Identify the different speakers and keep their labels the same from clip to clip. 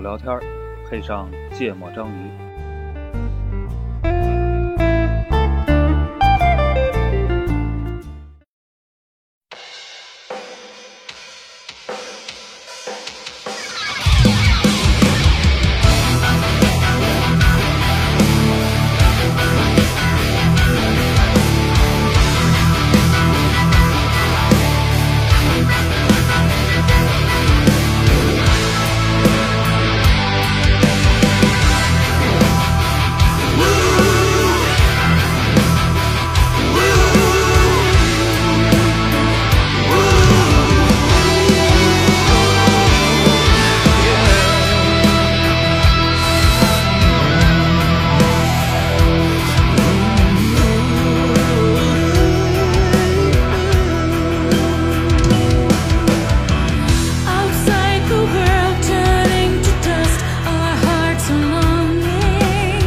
Speaker 1: 聊天儿，配上芥末章鱼。
Speaker 2: Outside the world turning to dust, our hearts are longing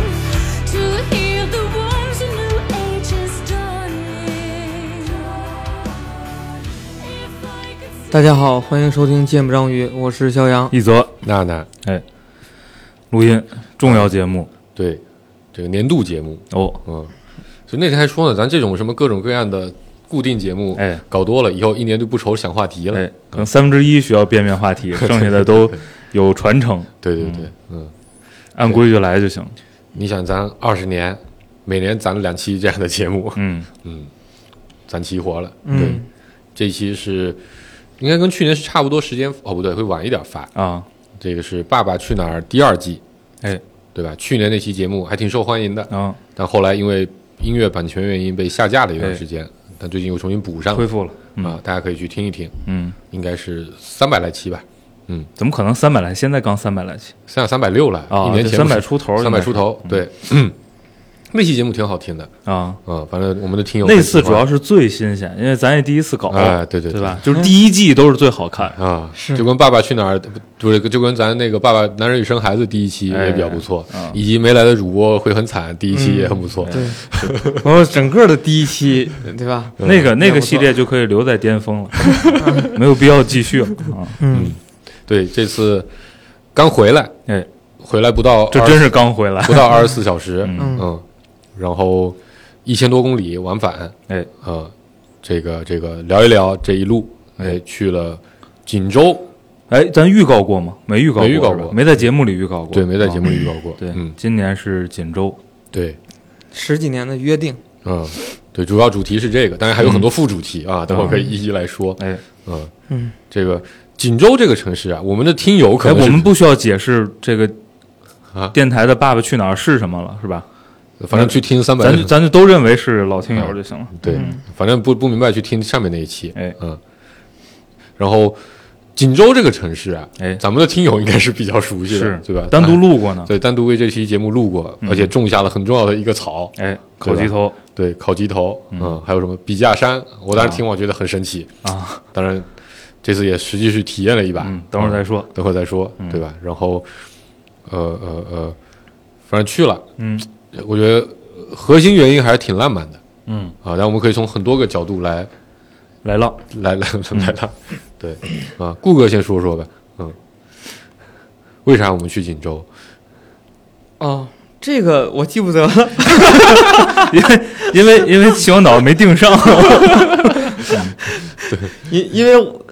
Speaker 2: to heal the wounds a new age has done. If I could
Speaker 3: 大家好，欢迎收听《见不章鱼》，我是肖阳。
Speaker 4: 一则
Speaker 5: 娜娜，
Speaker 4: 哎，录音重要节目
Speaker 5: 对，这个年度节目，
Speaker 4: 哦，
Speaker 5: 嗯，就那天还说呢，咱这种什么各种各样的固定节目，
Speaker 4: 哎
Speaker 5: 搞多了以后一年就不愁想话题了，嗯
Speaker 4: 哎，可能三分之一需要变变话 题，剩下的都有传承，
Speaker 5: 对对对，嗯，
Speaker 4: 按规矩来就行。
Speaker 5: 你想咱二十年，每年攒了两期这样的节目，
Speaker 4: 嗯，
Speaker 5: 攒齐活了，对，
Speaker 3: 嗯，
Speaker 5: 这一期是应该跟去年是差不多时间，哦不对，会晚一点发，
Speaker 4: 啊，
Speaker 5: 这个是《爸爸去哪儿》第二季，
Speaker 4: 哎，
Speaker 5: 对吧？去年那期节目还挺受欢迎的，
Speaker 4: 啊，
Speaker 5: 但后来因为音乐版权原因被下架了一段时间，但最近又重新补上了
Speaker 4: 哎恢复了。
Speaker 5: 啊，大家可以去听一听。
Speaker 4: 嗯，
Speaker 5: 应该是三百来期吧，
Speaker 4: 怎么可能三百来？现在刚三百来期
Speaker 5: 现在三百六了，
Speaker 4: 啊
Speaker 5: 一年前
Speaker 4: 就300出头
Speaker 5: 三百出
Speaker 4: 嗯
Speaker 5: 头，对， 那期节目挺好听的，
Speaker 4: 啊。
Speaker 5: 嗯，反正我们的听友
Speaker 4: 那次主要
Speaker 5: 是
Speaker 4: 是最新鲜，因为咱也第一次搞，
Speaker 5: 哎对对
Speaker 4: 对
Speaker 5: 对
Speaker 4: 吧？就是第一季都是最好看，
Speaker 5: 啊，就跟《爸爸去哪儿》不是就跟咱那个《爸爸男人与生孩子》第一期也比较不错，
Speaker 4: 哎嗯
Speaker 5: 以及没来的主播会很惨第一期也很不错，
Speaker 3: 对，然后嗯整个的第一期， 对吧？
Speaker 4: 那个那个系列就可以留在巅 峰了，没有必要继续了 啊。
Speaker 5: 对，这次刚回来，
Speaker 4: 哎，
Speaker 5: 回来不到
Speaker 4: 这
Speaker 5: 20
Speaker 4: 真是刚回来
Speaker 5: 不，到二十四小时，
Speaker 4: 嗯
Speaker 5: 嗯，然后一千多公里往返，
Speaker 4: 哎，
Speaker 5: 呃，这个这个聊一聊这一路，哎，去了锦州，
Speaker 4: 哎，咱预告过吗？没预告过，
Speaker 5: 没预告过
Speaker 4: 是吧没在节目里预告过。
Speaker 5: 对，没在节目
Speaker 4: 啊
Speaker 5: 里预告过，
Speaker 4: 对，
Speaker 5: 嗯，
Speaker 4: 今年是锦州，
Speaker 5: 对，
Speaker 3: 十几年的约定，
Speaker 5: 嗯，对，主要主题是这个，当然还有很多副主题啊，等会儿可以一一来说，
Speaker 4: 嗯哎，
Speaker 5: 嗯
Speaker 3: 嗯，
Speaker 5: 这个锦州这个城市啊，我们的听友可
Speaker 4: 哎，
Speaker 5: 能是
Speaker 4: 我们不需要解释这个
Speaker 5: 啊
Speaker 4: 电台的《爸爸去哪儿》是什么了，是吧？
Speaker 5: 反正去听三百，
Speaker 4: 咱就嗯咱就都认为是老听友就行了。
Speaker 5: 对，反正不不明白去听上面那一期，
Speaker 4: 哎
Speaker 5: 嗯，然后锦州这个城市啊，
Speaker 4: 哎
Speaker 5: 咱们的听友应该是比较熟悉的，
Speaker 4: 是，
Speaker 5: 对吧？哎
Speaker 4: 单独录过呢。
Speaker 5: 对，单独为这期节目录过，而且种下了很重要的一个草，
Speaker 4: 哎，烤鸡头
Speaker 5: 对，烤鸡头，嗯，还有什么笔架山，我当时听我觉得很神奇，
Speaker 4: 啊，
Speaker 5: 当然这次也实际去体验了一把，
Speaker 4: 嗯，等会儿再说。嗯
Speaker 5: 等会儿再说，对吧？然后，呃呃呃，反正去了，
Speaker 4: 嗯，
Speaker 5: 我觉得核心原因还是挺浪漫的
Speaker 4: 嗯，
Speaker 5: 啊，但我们可以从很多个角度来
Speaker 4: 来了，
Speaker 5: 来来来了，对啊，顾哥先说说吧，嗯，为啥我们去锦州？
Speaker 3: 哦，这个我记不得了。
Speaker 4: 因为因为 因为秦皇岛没定 上，
Speaker 3: 因因为我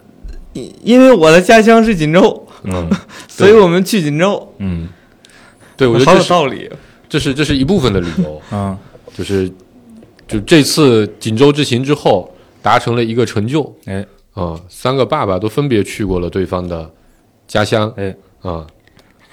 Speaker 3: 因因为我的家乡是锦州，
Speaker 5: 嗯，
Speaker 3: 所以我们去锦州，
Speaker 4: 嗯
Speaker 5: 对，我觉
Speaker 3: 好
Speaker 5: 得这
Speaker 3: 有
Speaker 5: 是
Speaker 3: 道理。
Speaker 5: 这是这是一部分的理由，
Speaker 4: 嗯
Speaker 5: 就是就这次锦州之行之后达成了一个成就
Speaker 4: 哎
Speaker 5: 啊、三个爸爸都分别去过了对方的家乡啊、
Speaker 4: 哎，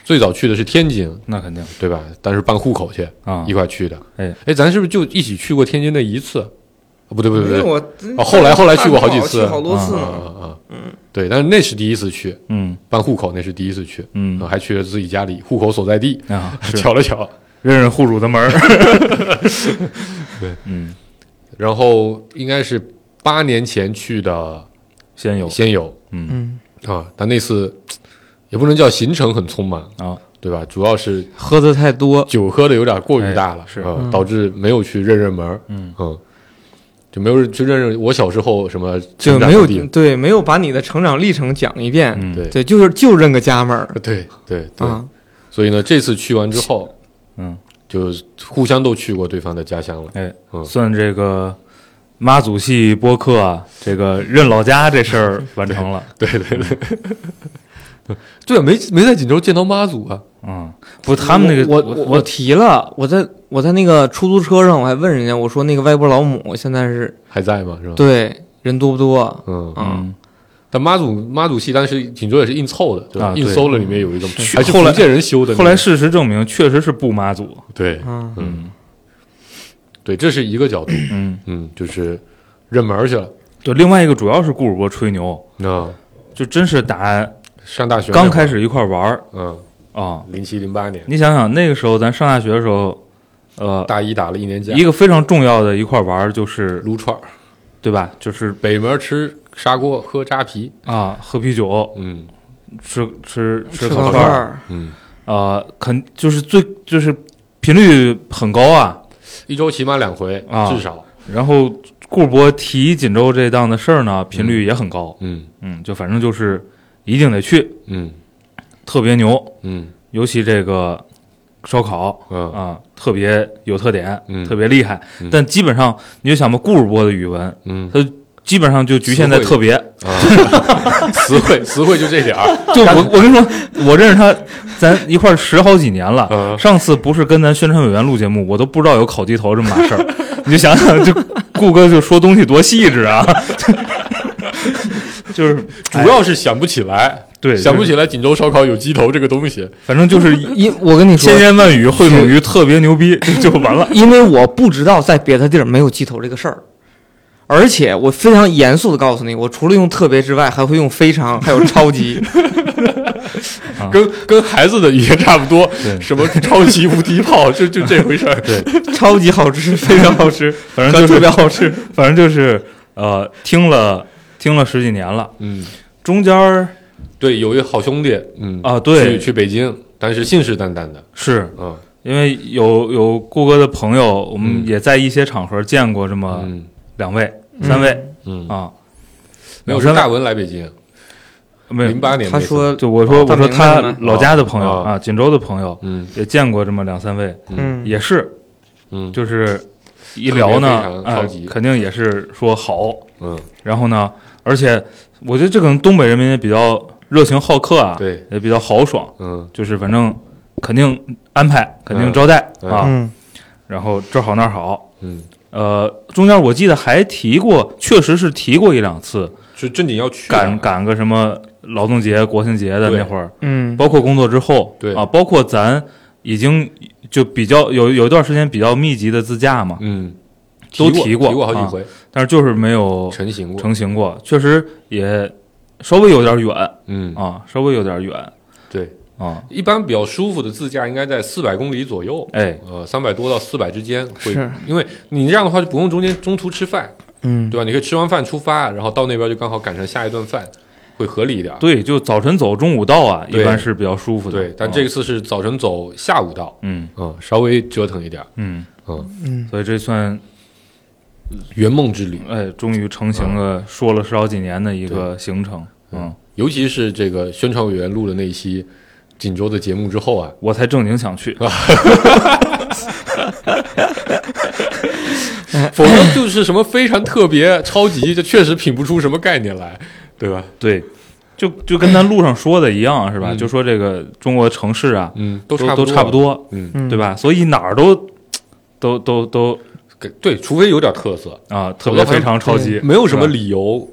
Speaker 5: 最早去的是天津，
Speaker 4: 那肯定
Speaker 5: 对吧？但是办户口去
Speaker 4: 啊
Speaker 5: 一，块去的，
Speaker 4: 哎
Speaker 5: 哎，咱是不是就一起去过天津那一次？啊不对不对不
Speaker 3: 因为
Speaker 5: 对，
Speaker 3: 我
Speaker 5: 哦后来后来去过好几次
Speaker 3: 去好多次呢。
Speaker 5: 啊啊啊，嗯，对，但是那是第一次去
Speaker 4: 嗯
Speaker 5: 办户口，那是第一次去，
Speaker 4: 嗯
Speaker 5: 啊还去了自己家里户口所在地，
Speaker 4: 啊，是
Speaker 5: 巧了巧，
Speaker 4: 认认户主的门 儿，
Speaker 5: 然后应该是八年前去的
Speaker 4: 先有
Speaker 5: 仙游
Speaker 3: 嗯，
Speaker 5: 啊，但那次嘖也不能叫行程很匆忙，
Speaker 4: 啊，
Speaker 5: 对吧？主要是
Speaker 3: 喝的太多，
Speaker 5: 酒喝的有点过于大了，
Speaker 4: 哎是
Speaker 5: 啊导致没有去认认门，嗯嗯，就没有人真正我小时候什么
Speaker 3: 就
Speaker 5: 成长
Speaker 3: 没有
Speaker 5: 的地方
Speaker 3: 对没有把你的成长历程讲一遍，
Speaker 4: 嗯
Speaker 5: 对
Speaker 3: 对，就是就认个家门儿
Speaker 5: 对对对、
Speaker 3: 啊，
Speaker 5: 所以呢，这次去完之后，
Speaker 4: 嗯，
Speaker 5: 就互相都去过对方的家乡了。
Speaker 4: 哎
Speaker 5: 嗯，
Speaker 4: 算这个妈祖系播客啊，这个认老家这事儿完成了。
Speaker 5: 对对对，
Speaker 4: 啊
Speaker 5: 对，没没在锦州见到妈祖啊。
Speaker 4: 嗯，不，他们那个
Speaker 3: 我
Speaker 4: 我
Speaker 3: 我我提了，我在我在那个出租车上，我还问人家，我说那个外国老母现在是
Speaker 5: 还在吗？是吧？，
Speaker 3: 对人多不多？啊
Speaker 5: 嗯，
Speaker 4: 嗯，
Speaker 5: 但妈祖妈祖戏当时锦州也是硬凑的，对吧？
Speaker 4: 啊对
Speaker 5: 硬搜了里面有一个，
Speaker 4: 是
Speaker 5: 还是
Speaker 4: 后来
Speaker 5: 福建人修的那个。
Speaker 4: 后来事实证明确实是不妈祖。
Speaker 5: 对
Speaker 3: 啊，
Speaker 5: 嗯对，这是一个角度，
Speaker 4: 嗯，
Speaker 5: 嗯，就是认门儿去了。
Speaker 4: 对，另外一个主要是顾主播吹牛，
Speaker 5: 那
Speaker 4: 就真是打
Speaker 5: 上大
Speaker 4: 嗯
Speaker 5: 学那会
Speaker 4: 刚
Speaker 5: 儿
Speaker 4: 开，始一块玩儿
Speaker 5: 嗯，
Speaker 4: 啊。
Speaker 5: 零七零八年
Speaker 4: 你想想那个时候咱上大学的时候，呃，
Speaker 5: 大一打了一年假，
Speaker 4: 一个非常重要的一块玩儿就是
Speaker 5: 撸串儿，
Speaker 4: 对吧？就是
Speaker 5: 北门儿吃砂锅，喝扎啤，
Speaker 4: 啊，喝啤酒，
Speaker 5: 嗯
Speaker 4: 吃吃吃
Speaker 3: 烤
Speaker 4: 烤串
Speaker 3: 串
Speaker 4: 儿，
Speaker 3: 儿，
Speaker 5: 嗯，
Speaker 4: 啊，肯就是最就是频率很高啊。
Speaker 5: 一周起码两回
Speaker 4: 啊
Speaker 5: 至少，
Speaker 4: 然后顾博提锦州这档的事儿呢，频率也很高，
Speaker 5: 嗯
Speaker 4: 嗯，就反正就是一定得去，
Speaker 5: 嗯
Speaker 4: 特别牛，
Speaker 5: 嗯
Speaker 4: 尤其这个烧烤
Speaker 5: 嗯
Speaker 4: 啊，特别有特点，
Speaker 5: 嗯
Speaker 4: 特别厉害。
Speaker 5: 嗯
Speaker 4: 但基本上你就想吧，顾主播的语文，
Speaker 5: 嗯
Speaker 4: 他基本上就局限在特别。
Speaker 5: 词汇词汇就这点儿，
Speaker 4: 就我我跟你说，我认识他，咱一块儿十好几年了。
Speaker 5: 嗯
Speaker 4: 上次不是跟咱宣传委员录节目，我都不知道有烤鸡头这么码事儿。 你就想想，就顾哥就说东西多细致啊， 就是哎
Speaker 5: 主要是想不起来，
Speaker 4: 对
Speaker 5: 想不起来锦州烧烤有鸡头这个东西，
Speaker 4: 反正就是一
Speaker 3: 因我跟你说
Speaker 4: 千，言万语汇总于特别牛逼，就就完了。
Speaker 3: 因为我不知道在别的地儿没有鸡头这个事儿，而且我非常严肃的告诉你，我除了用特别之外，还会用非常，还有超 级。
Speaker 4: 啊
Speaker 5: 跟跟孩子的也差不多
Speaker 4: 对，
Speaker 5: 什么超级无敌炮，就就这回事儿。对，
Speaker 3: 超级好吃，非常好 吃，
Speaker 4: 反正就是
Speaker 3: 特别好吃。
Speaker 4: 反正就是呃，听了听了十几年了，
Speaker 5: 嗯，
Speaker 4: 中间儿
Speaker 5: 对，有一个好兄弟，嗯
Speaker 4: 啊对
Speaker 5: 去去北京，但是信誓旦旦的，
Speaker 4: 是
Speaker 5: 嗯
Speaker 4: 因为有有顾哥的朋友，我们
Speaker 5: 嗯
Speaker 4: 也在一些场合见过这么
Speaker 5: 嗯
Speaker 4: 两位、三位
Speaker 5: 嗯，
Speaker 4: 啊，
Speaker 5: 没有
Speaker 4: 两三
Speaker 5: 说
Speaker 4: 位
Speaker 5: 大文来北京，
Speaker 4: 没有呃
Speaker 5: 零。八年
Speaker 3: 他
Speaker 5: 那次
Speaker 3: 说
Speaker 4: 就我说、
Speaker 3: 哦
Speaker 4: 我说
Speaker 3: 他
Speaker 4: 他
Speaker 3: 明白了
Speaker 4: 老家的朋友、
Speaker 5: 哦
Speaker 4: 啊，锦州的朋友
Speaker 5: 嗯
Speaker 4: 也见过这么两三位，
Speaker 3: 嗯，
Speaker 4: 也是
Speaker 5: 嗯
Speaker 4: 就是一聊
Speaker 5: 特
Speaker 4: 呢
Speaker 5: 别非常，
Speaker 4: 啊
Speaker 5: 超级
Speaker 4: 肯定也是说好，
Speaker 5: 嗯
Speaker 4: 然后呢，而且我觉得这可能东北人民也比较热情好客啊，
Speaker 5: 对，
Speaker 4: 也比较豪爽，
Speaker 5: 嗯
Speaker 4: 就是反正肯定安排，肯定招待、
Speaker 5: 嗯
Speaker 4: 啊。
Speaker 3: 嗯，
Speaker 4: 然后这儿好那儿好，
Speaker 5: 嗯，
Speaker 4: 呃，中间我记得还提过，确实是提过一两次，
Speaker 5: 是正经要去啊
Speaker 4: 赶赶个什么劳动节、国庆节的
Speaker 5: 对
Speaker 4: 那会儿，
Speaker 3: 嗯，
Speaker 4: 包括工作之后，
Speaker 5: 对
Speaker 4: 啊，包括咱已经就比较有有一段时间比较密集的自驾嘛，
Speaker 5: 嗯
Speaker 4: 都
Speaker 5: 提
Speaker 4: 过，
Speaker 5: 提过好几
Speaker 4: 啊，
Speaker 5: 回，
Speaker 4: 但是就是没有
Speaker 5: 成型过，
Speaker 4: 成型过，确实也稍微有点远。
Speaker 5: 嗯
Speaker 4: 啊，稍微有点远
Speaker 5: 对，
Speaker 4: 啊，
Speaker 5: 一般比较舒服的自驾应该在四百公里左右，
Speaker 4: 哎，
Speaker 5: 呃，三百多到四百之间会
Speaker 3: 是，
Speaker 5: 因为你这样的话就不用中间中途吃饭，
Speaker 3: 嗯，
Speaker 5: 对吧？你可以吃完饭出发，然后到那边就刚好赶上下一顿饭，会合理一点。
Speaker 4: 对，就早晨走，中午到啊，一
Speaker 5: 对
Speaker 4: 般是比较舒服的。啊
Speaker 5: 对，但这
Speaker 4: 个，
Speaker 5: 次是早晨走，下午到，
Speaker 4: 嗯
Speaker 5: 嗯，稍微折腾一点，
Speaker 4: 嗯
Speaker 5: 嗯，
Speaker 3: 嗯，
Speaker 4: 所以这算
Speaker 5: 圆梦之旅。
Speaker 4: 哎，终于成型了，说了十好几年的一个行程。嗯，
Speaker 5: 尤其是这个宣传委员录的那一期锦州的节目 之后啊，
Speaker 4: 我才正经想去。
Speaker 5: 啊否则就是什么非常特别、超级，这确实品不出什么概念来，对吧？
Speaker 4: 对，就就跟咱路上说的一样，是吧？
Speaker 5: 嗯
Speaker 4: 就说这个中国城市啊，
Speaker 5: 嗯，
Speaker 4: 都
Speaker 5: 都差
Speaker 4: 都差不
Speaker 5: 不，
Speaker 4: 多，
Speaker 5: 嗯，
Speaker 3: 嗯
Speaker 4: 对？吧？所以哪儿都都都都
Speaker 5: 给对，除非有点特色，
Speaker 4: 啊，特别
Speaker 5: 好像
Speaker 4: 非常超级，
Speaker 5: 没有什么
Speaker 4: 是吧
Speaker 5: 理由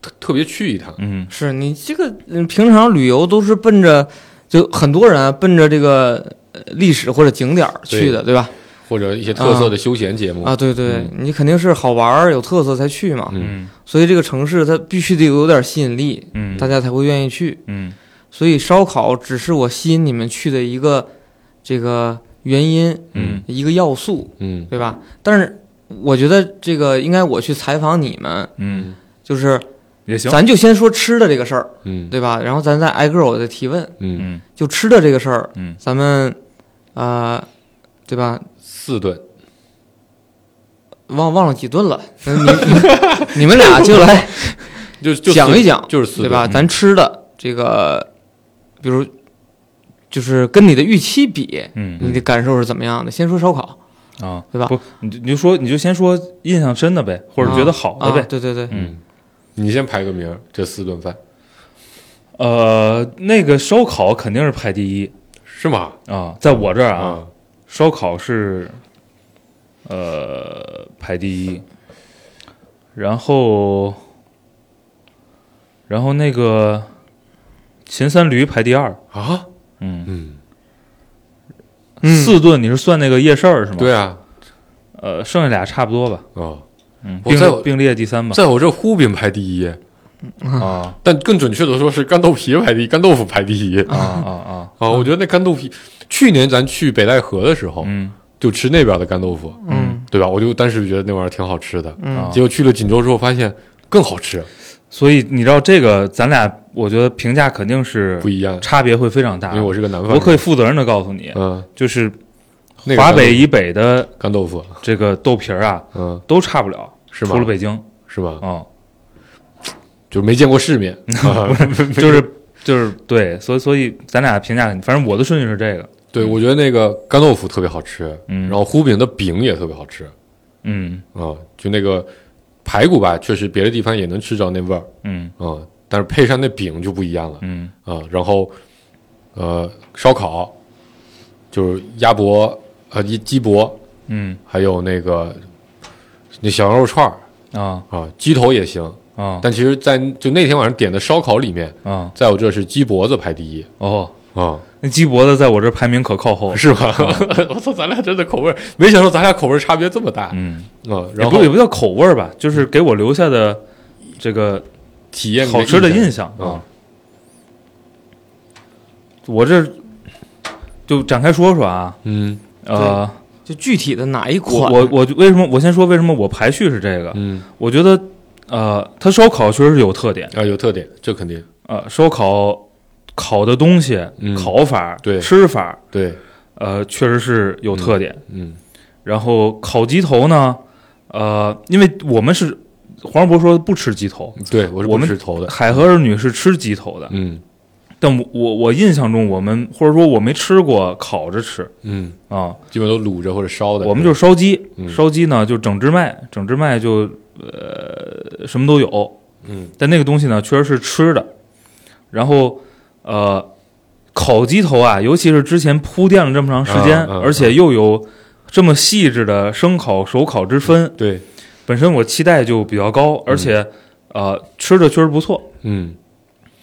Speaker 5: 特特别去一趟。
Speaker 4: 嗯，
Speaker 3: 是你这个嗯平常旅游都是奔着，就很多人啊奔着这个呃历史或者景点儿去的，对吧？
Speaker 5: 或者一些特色的休闲节目
Speaker 3: 啊，，对对
Speaker 5: 嗯，
Speaker 3: 你肯定是好玩儿有特色才去嘛。
Speaker 5: 嗯
Speaker 4: 嗯
Speaker 3: 所以这个城市它必须得有点吸引力，
Speaker 4: 嗯
Speaker 3: 大家才会愿意去。
Speaker 4: 嗯
Speaker 3: 所以烧烤只是我吸引你们去的一个这个原因，
Speaker 4: 嗯，
Speaker 3: 一个要素，
Speaker 5: 嗯
Speaker 3: 对吧？但是我觉得这个应该我去采访你们，
Speaker 4: 嗯，
Speaker 3: 就是
Speaker 4: 也行，
Speaker 3: 咱就先说吃的这个事儿，
Speaker 5: 嗯
Speaker 3: 对吧？然后咱再挨个儿我再提问，
Speaker 5: 嗯，
Speaker 4: 嗯
Speaker 3: 就吃的这个事儿，
Speaker 4: 嗯
Speaker 3: 咱们啊、呃对吧？
Speaker 5: 四顿
Speaker 3: 忘忘了几顿了。那你你 你们俩就来
Speaker 5: 就就
Speaker 3: 讲一讲，
Speaker 5: 就是四
Speaker 3: 对吧？
Speaker 5: 顿
Speaker 3: 咱吃的这个，比如就是跟你的预期比，
Speaker 4: 嗯
Speaker 3: 你的感受是怎么样的？先说烧烤，
Speaker 4: 啊，
Speaker 3: 对吧
Speaker 4: 不，你就你就说你就先说印象深的呗，或者觉得好的
Speaker 3: 啊啊
Speaker 4: 呗。
Speaker 3: 对对对，
Speaker 4: 嗯，
Speaker 5: 你先排个名儿，这四顿饭
Speaker 4: 呃，那个烧烤肯定是排第一
Speaker 5: 是吗？
Speaker 4: 啊，在我这儿啊，
Speaker 5: 啊，
Speaker 4: 烧烤是呃排第一，然后然后那个秦三驴排第二，
Speaker 5: 啊，
Speaker 4: 嗯，
Speaker 5: 嗯，
Speaker 3: 嗯
Speaker 4: 四顿你是算那个夜市儿是吗？，
Speaker 5: 对啊，
Speaker 4: 呃，剩下俩差不多吧，
Speaker 5: 啊，
Speaker 4: 嗯，
Speaker 5: 我在我
Speaker 4: 并并列第三吧，
Speaker 5: 在我这呼饼排第一，
Speaker 4: 啊
Speaker 5: 但更准确的说是干豆皮排第一，干豆腐排第一
Speaker 4: 啊啊啊，
Speaker 5: 啊。我觉得那干豆皮，去年咱去北戴河的时候，
Speaker 4: 嗯
Speaker 5: 就吃那边的干豆腐，
Speaker 3: 嗯
Speaker 5: 对吧？我就当时觉得那玩意儿挺好吃的，
Speaker 4: 啊
Speaker 5: 结，果去了锦州之后发现更好吃，
Speaker 4: 所以你知道这个，咱俩我觉得评价肯定是
Speaker 5: 不一样，
Speaker 4: 差别会非常大
Speaker 5: 因为，我是个南方人。
Speaker 4: 我可以负责任的告诉你，
Speaker 5: 嗯，
Speaker 4: 就是
Speaker 5: 那个
Speaker 4: 华
Speaker 5: 干豆
Speaker 4: 北以北的
Speaker 5: 干豆腐，
Speaker 4: 这个豆皮儿啊。
Speaker 5: 嗯，
Speaker 4: 都差不了，
Speaker 5: 是吗？
Speaker 4: 除了北 京
Speaker 5: 是吧？
Speaker 4: 啊、
Speaker 5: 就是没见过世面，啊
Speaker 4: 嗯就是就是对，所以所以咱俩评价，反正我的顺序是这个，
Speaker 5: 对，我觉得那个干豆腐特别好吃，
Speaker 4: 嗯
Speaker 5: 然后胡饼的饼也特别好吃啊、
Speaker 4: 嗯
Speaker 5: 就那个排骨吧，确实别的地方也能吃着那味儿
Speaker 4: 嗯
Speaker 5: 啊、但是配上那饼就不一样了啊、
Speaker 4: 嗯
Speaker 5: 然后呃，烧烤就是鸭脖呃鸡鸡脖，
Speaker 4: 嗯
Speaker 5: 还有那个那小羊肉串儿
Speaker 4: 啊
Speaker 5: 啊、鸡头也行，
Speaker 4: 啊
Speaker 5: 但其实在就那天晚上点的烧烤里面，
Speaker 4: 啊
Speaker 5: 在我这是鸡脖子排第一
Speaker 4: 哦，
Speaker 5: 啊、
Speaker 4: 那鸡脖子在我这儿排名可靠后，
Speaker 5: 是吧？ 我操，咱俩真的口味儿，没想到咱俩口味儿差别这么大。
Speaker 4: 啊嗯，
Speaker 5: 啊，
Speaker 4: 也
Speaker 5: 然
Speaker 4: 不
Speaker 5: 后
Speaker 4: 也不叫口味儿吧，就是给我留下的这个
Speaker 5: 体验
Speaker 4: 好吃的印象啊
Speaker 5: 啊，。
Speaker 4: 我这儿就展开说说啊，
Speaker 5: 嗯
Speaker 4: 呃，
Speaker 3: 就具体的哪一
Speaker 4: 我
Speaker 3: 款？
Speaker 4: 我我为什么我先说为什么我排序是这个？
Speaker 5: 嗯
Speaker 4: 我觉得呃，它烧烤确实是有特点。
Speaker 5: 啊，有特点，这肯定
Speaker 4: 呃，烧烤烤的东西、
Speaker 5: 嗯
Speaker 4: 烤法、
Speaker 5: 对
Speaker 4: 吃法，
Speaker 5: 对，
Speaker 4: 呃，确实是有特点。
Speaker 5: 嗯
Speaker 4: 然后烤鸡头呢，呃，因为我们是黄世博说不吃鸡头，
Speaker 5: 对，我是
Speaker 4: 我
Speaker 5: 不
Speaker 4: 们
Speaker 5: 吃头的，
Speaker 4: 海河儿女是吃鸡头的，
Speaker 5: 嗯
Speaker 4: 但我我我印象中我们或者说我没吃过烤着吃
Speaker 5: 嗯，
Speaker 4: 啊，
Speaker 5: 基本都卤着或者烧的，
Speaker 4: 我们就是烧鸡，
Speaker 5: 嗯
Speaker 4: 烧鸡呢就整只卖，整只卖就呃什么都有，
Speaker 5: 嗯
Speaker 4: 但那个东西呢，确实是吃的。然后，呃，烤鸡头啊，尤其是之前铺垫了这么长时间，
Speaker 5: 啊啊啊
Speaker 4: 而且又有这么细致的生烤、熟烤之分，
Speaker 5: 对，
Speaker 4: 本身我期待就比较高，而且、呃，吃的确实不错，
Speaker 5: 嗯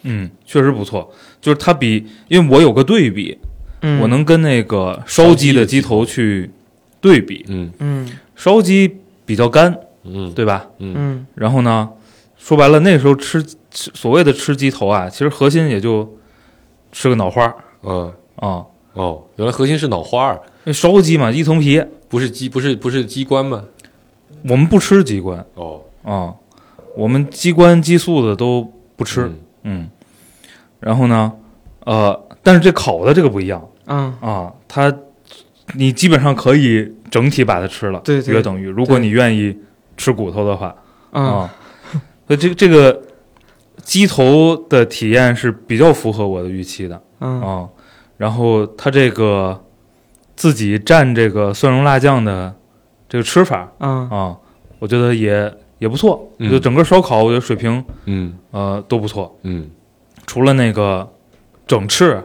Speaker 4: 嗯，确实不错。就是它比，因为我有个对比，
Speaker 3: 嗯
Speaker 4: 我能跟那个烧鸡的鸡头去对比，
Speaker 5: 嗯
Speaker 3: 嗯
Speaker 4: 烧鸡比较干，
Speaker 5: 嗯
Speaker 4: 对吧？
Speaker 3: 嗯
Speaker 4: 然后呢，说白了，那时候吃吃所谓的吃鸡头啊，其实核心也就吃个脑花儿
Speaker 5: 嗯
Speaker 4: 啊，
Speaker 5: 哦，原来核心是脑花儿，
Speaker 4: 那烧鸡嘛，一层皮，
Speaker 5: 不是鸡，不是不是鸡冠吗？
Speaker 4: 我们不吃鸡冠
Speaker 5: 哦，
Speaker 4: 啊，我们鸡冠鸡素的都不吃，嗯
Speaker 5: 嗯
Speaker 4: 然后呢，呃，但是这烤的这个不一样
Speaker 3: 啊
Speaker 4: 啊，它你基本上可以整体把它吃了，
Speaker 3: 对对
Speaker 4: 约等于，如果
Speaker 3: 对
Speaker 4: 你愿意吃骨头的话
Speaker 3: 啊
Speaker 4: 啊，所以这这个鸡头的体验是比较符合我的预期的。
Speaker 3: 啊！
Speaker 4: 啊、然后他这个自己蘸这个蒜蓉辣酱的这个吃法
Speaker 3: 啊
Speaker 4: 啊、我觉得也也不错。
Speaker 5: 嗯
Speaker 4: 就整个烧烤，我觉得水平
Speaker 5: 嗯
Speaker 4: 呃都不错，
Speaker 5: 嗯
Speaker 4: 除了那个整翅，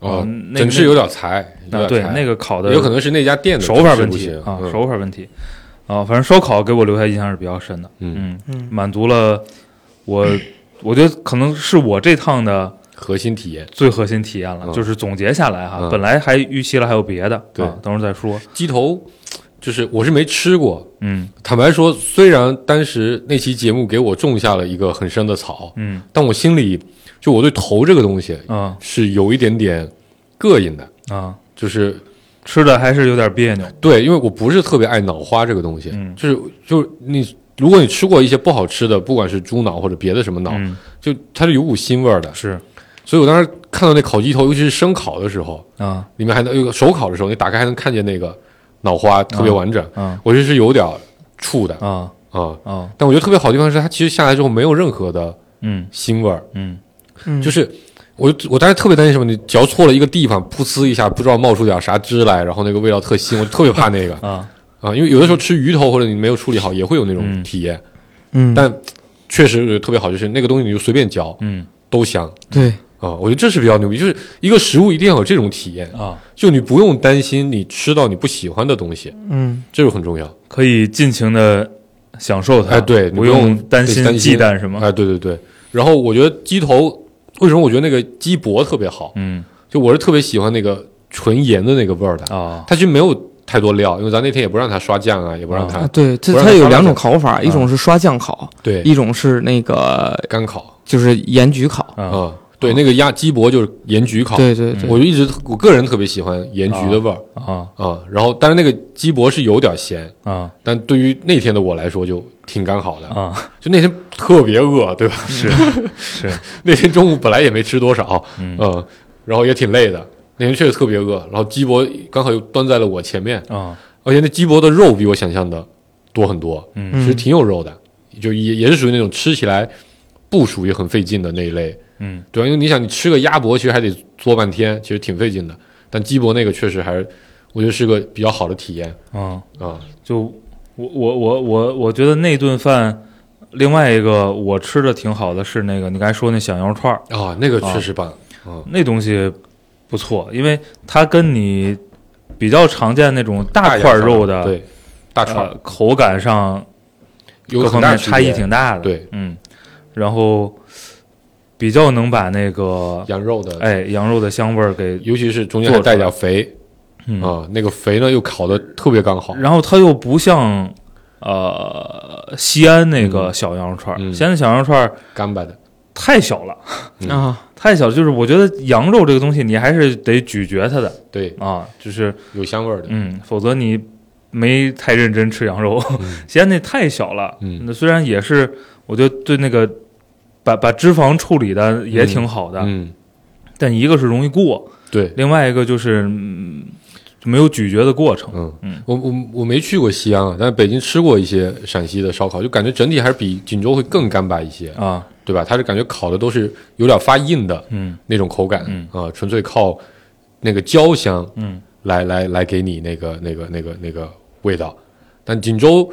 Speaker 5: 哦
Speaker 4: 嗯，那
Speaker 5: 整是有点柴，
Speaker 4: 啊、
Speaker 5: 有
Speaker 4: 对
Speaker 5: 点柴
Speaker 4: 那个烤的
Speaker 5: 有可能是那家店的
Speaker 4: 手法
Speaker 5: 是
Speaker 4: 问
Speaker 5: 不
Speaker 4: 题
Speaker 5: 行
Speaker 4: 啊，
Speaker 5: 嗯
Speaker 4: 手法问题啊、反正烧烤给我留下印象是比较深的。
Speaker 5: 嗯
Speaker 4: 嗯，
Speaker 3: 嗯
Speaker 4: 满足了我，我觉得可能是我这趟的。
Speaker 5: 核心体验，
Speaker 4: 最核心体验了，
Speaker 5: 嗯
Speaker 4: 就是总结下来哈，
Speaker 5: 嗯
Speaker 4: 本来还预期了还有别的，
Speaker 5: 对
Speaker 4: 啊等会儿再说。
Speaker 5: 鸡头就是我是没吃过，
Speaker 4: 嗯
Speaker 5: 坦白说，虽然当时那期节目给我种下了一个很深的草，
Speaker 4: 嗯
Speaker 5: 但我心里就我对头这个东西
Speaker 4: 啊
Speaker 5: 是有一点点膈应的，
Speaker 4: 啊，
Speaker 5: 就是
Speaker 4: 吃的还是有点别扭。
Speaker 5: 对，因为我不是特别爱脑花这个东西，
Speaker 4: 嗯
Speaker 5: 就是就是你如果你吃过一些不好吃的，不管是猪脑或者别的什么脑，
Speaker 4: 嗯，
Speaker 5: 就它是有股腥味儿的，
Speaker 4: 是
Speaker 5: 所以我当时看到那烤鸡头，尤其是生烤的时候，
Speaker 4: 啊
Speaker 5: 里面还能有个手烤的时候，你打开还能看见那个脑花特别完整，
Speaker 4: 啊
Speaker 5: 我就是有点触的
Speaker 4: 啊
Speaker 5: 啊。
Speaker 4: 啊，
Speaker 5: 但我觉得特别好的地方是，它其实下来之后没有任何的
Speaker 4: 嗯
Speaker 5: 腥味儿，
Speaker 4: 嗯
Speaker 3: 嗯
Speaker 5: 就是我我当时特别担心什么，你嚼错了一个地方，噗呲一下，不知道冒出点啥汁来，然后那个味道特腥，我就特别怕 那个
Speaker 4: 啊，
Speaker 5: 啊，因为有的时候吃鱼头或者你没有处理好，也会有那种
Speaker 4: 嗯
Speaker 5: 体验，
Speaker 3: 嗯，
Speaker 5: 但确实特别好，就是那个东西你就随便嚼
Speaker 4: 嗯
Speaker 5: 都香。
Speaker 3: 对，
Speaker 5: 啊、我觉得这是比较牛逼，就是一个食物一定要有这种体验，
Speaker 4: 啊，
Speaker 5: 就你不用担心你吃到你不喜欢的东西，
Speaker 3: 嗯
Speaker 5: 这个很重要。
Speaker 4: 可以尽情的享受它，
Speaker 5: 哎，对，你
Speaker 4: 不
Speaker 5: 用
Speaker 4: 用担心忌惮什么，
Speaker 5: 哎，对对对。然后我觉得鸡头，为什么我觉得那个鸡脖特别好？
Speaker 4: 嗯
Speaker 5: 就我是特别喜欢那个纯盐的那个味儿的，
Speaker 4: 啊
Speaker 5: 它其实没有太多料，因为咱那天也不让它刷酱啊，也不让它、
Speaker 3: 啊，对，这
Speaker 5: 不让
Speaker 3: 它
Speaker 5: 它
Speaker 3: 有
Speaker 5: 发
Speaker 3: 两
Speaker 5: 酵
Speaker 3: 种烤法，一种是刷酱烤，
Speaker 5: 对
Speaker 3: 一种是那个
Speaker 5: 干烤
Speaker 3: 就是盐焗烤。
Speaker 5: 啊、
Speaker 4: 啊
Speaker 5: 对，那个鸭鸡脖就是盐焗烤，
Speaker 3: 对对对，
Speaker 5: 嗯我就一直我个人特别喜欢盐焗的味儿
Speaker 4: 啊
Speaker 5: 啊、然后，但是那个鸡脖是有点咸，
Speaker 4: 啊
Speaker 5: 但对于那天的我来说就挺刚好的，
Speaker 4: 啊，
Speaker 5: 就那天特别饿，对吧？是
Speaker 4: 是，
Speaker 5: 那天中午本来也没吃多少，
Speaker 4: 嗯
Speaker 5: 嗯，然后也挺累的，那天确实特别饿。然后鸡脖刚好又端在了我前面，
Speaker 4: 啊
Speaker 5: 而且那鸡脖的肉比我想象的多很多，
Speaker 4: 嗯
Speaker 5: 其实挺有肉的，就也也是属于那种吃起来不属于很费劲的那一类，
Speaker 4: 嗯
Speaker 5: 对吧？啊因为你想，你吃个鸭脖其实还得做半天，其实挺费劲的，但鸡脖那个确实还是我觉得是个比较好的体验
Speaker 4: 啊，
Speaker 5: 啊、
Speaker 4: 就我我我我我觉得那顿饭。另外一个我吃的挺好的是那个你刚才说那小羊肉串儿，
Speaker 5: 啊，那个确实棒，
Speaker 4: 那东西不错，因为它跟你比较常见那种啊大块肉的
Speaker 5: 对大串儿
Speaker 4: 呃、口感上
Speaker 5: 有
Speaker 4: 各
Speaker 5: 很
Speaker 4: 方
Speaker 5: 大
Speaker 4: 面
Speaker 5: 区别
Speaker 4: 差异挺大的。
Speaker 5: 对，
Speaker 4: 嗯，然后比较能把那个
Speaker 5: 羊肉的，
Speaker 4: 哎羊肉的香味儿给
Speaker 5: 尤其是中间还带点肥
Speaker 4: 嗯、
Speaker 5: 啊，那个肥呢又烤的特别刚好，
Speaker 4: 然后它又不像呃西安那个小羊肉串儿，
Speaker 5: 嗯
Speaker 4: 西安的小羊肉串儿
Speaker 5: 干巴的，
Speaker 4: 太小了。
Speaker 5: 嗯
Speaker 3: 啊，
Speaker 4: 太小了，就是我觉得羊肉这个东西，你还是得咀嚼它的
Speaker 5: 对，
Speaker 4: 啊，就是
Speaker 5: 有香味儿的，
Speaker 4: 嗯，否则你没太认真吃羊肉，
Speaker 5: 嗯
Speaker 4: 西安那太小了。
Speaker 5: 嗯
Speaker 4: 那虽然也是，我觉得对那个把把脂肪处理的也挺好的，
Speaker 5: 嗯，
Speaker 4: 但一个是容易过，
Speaker 5: 对，
Speaker 4: 另外一个就是、嗯、就没有咀嚼的过程。
Speaker 5: 嗯
Speaker 4: 嗯
Speaker 5: 我我我没去过西安啊，但是北京吃过一些陕西的烧烤，就感觉整体还是比锦州会更干巴一些，
Speaker 4: 啊，
Speaker 5: 对吧？它是感觉烤的都是有点发硬的
Speaker 4: 嗯
Speaker 5: 那种口感，
Speaker 4: 嗯
Speaker 5: 啊，纯粹靠那个焦香，
Speaker 4: 嗯
Speaker 5: 来来来给你那个那个那个那个味道。但锦州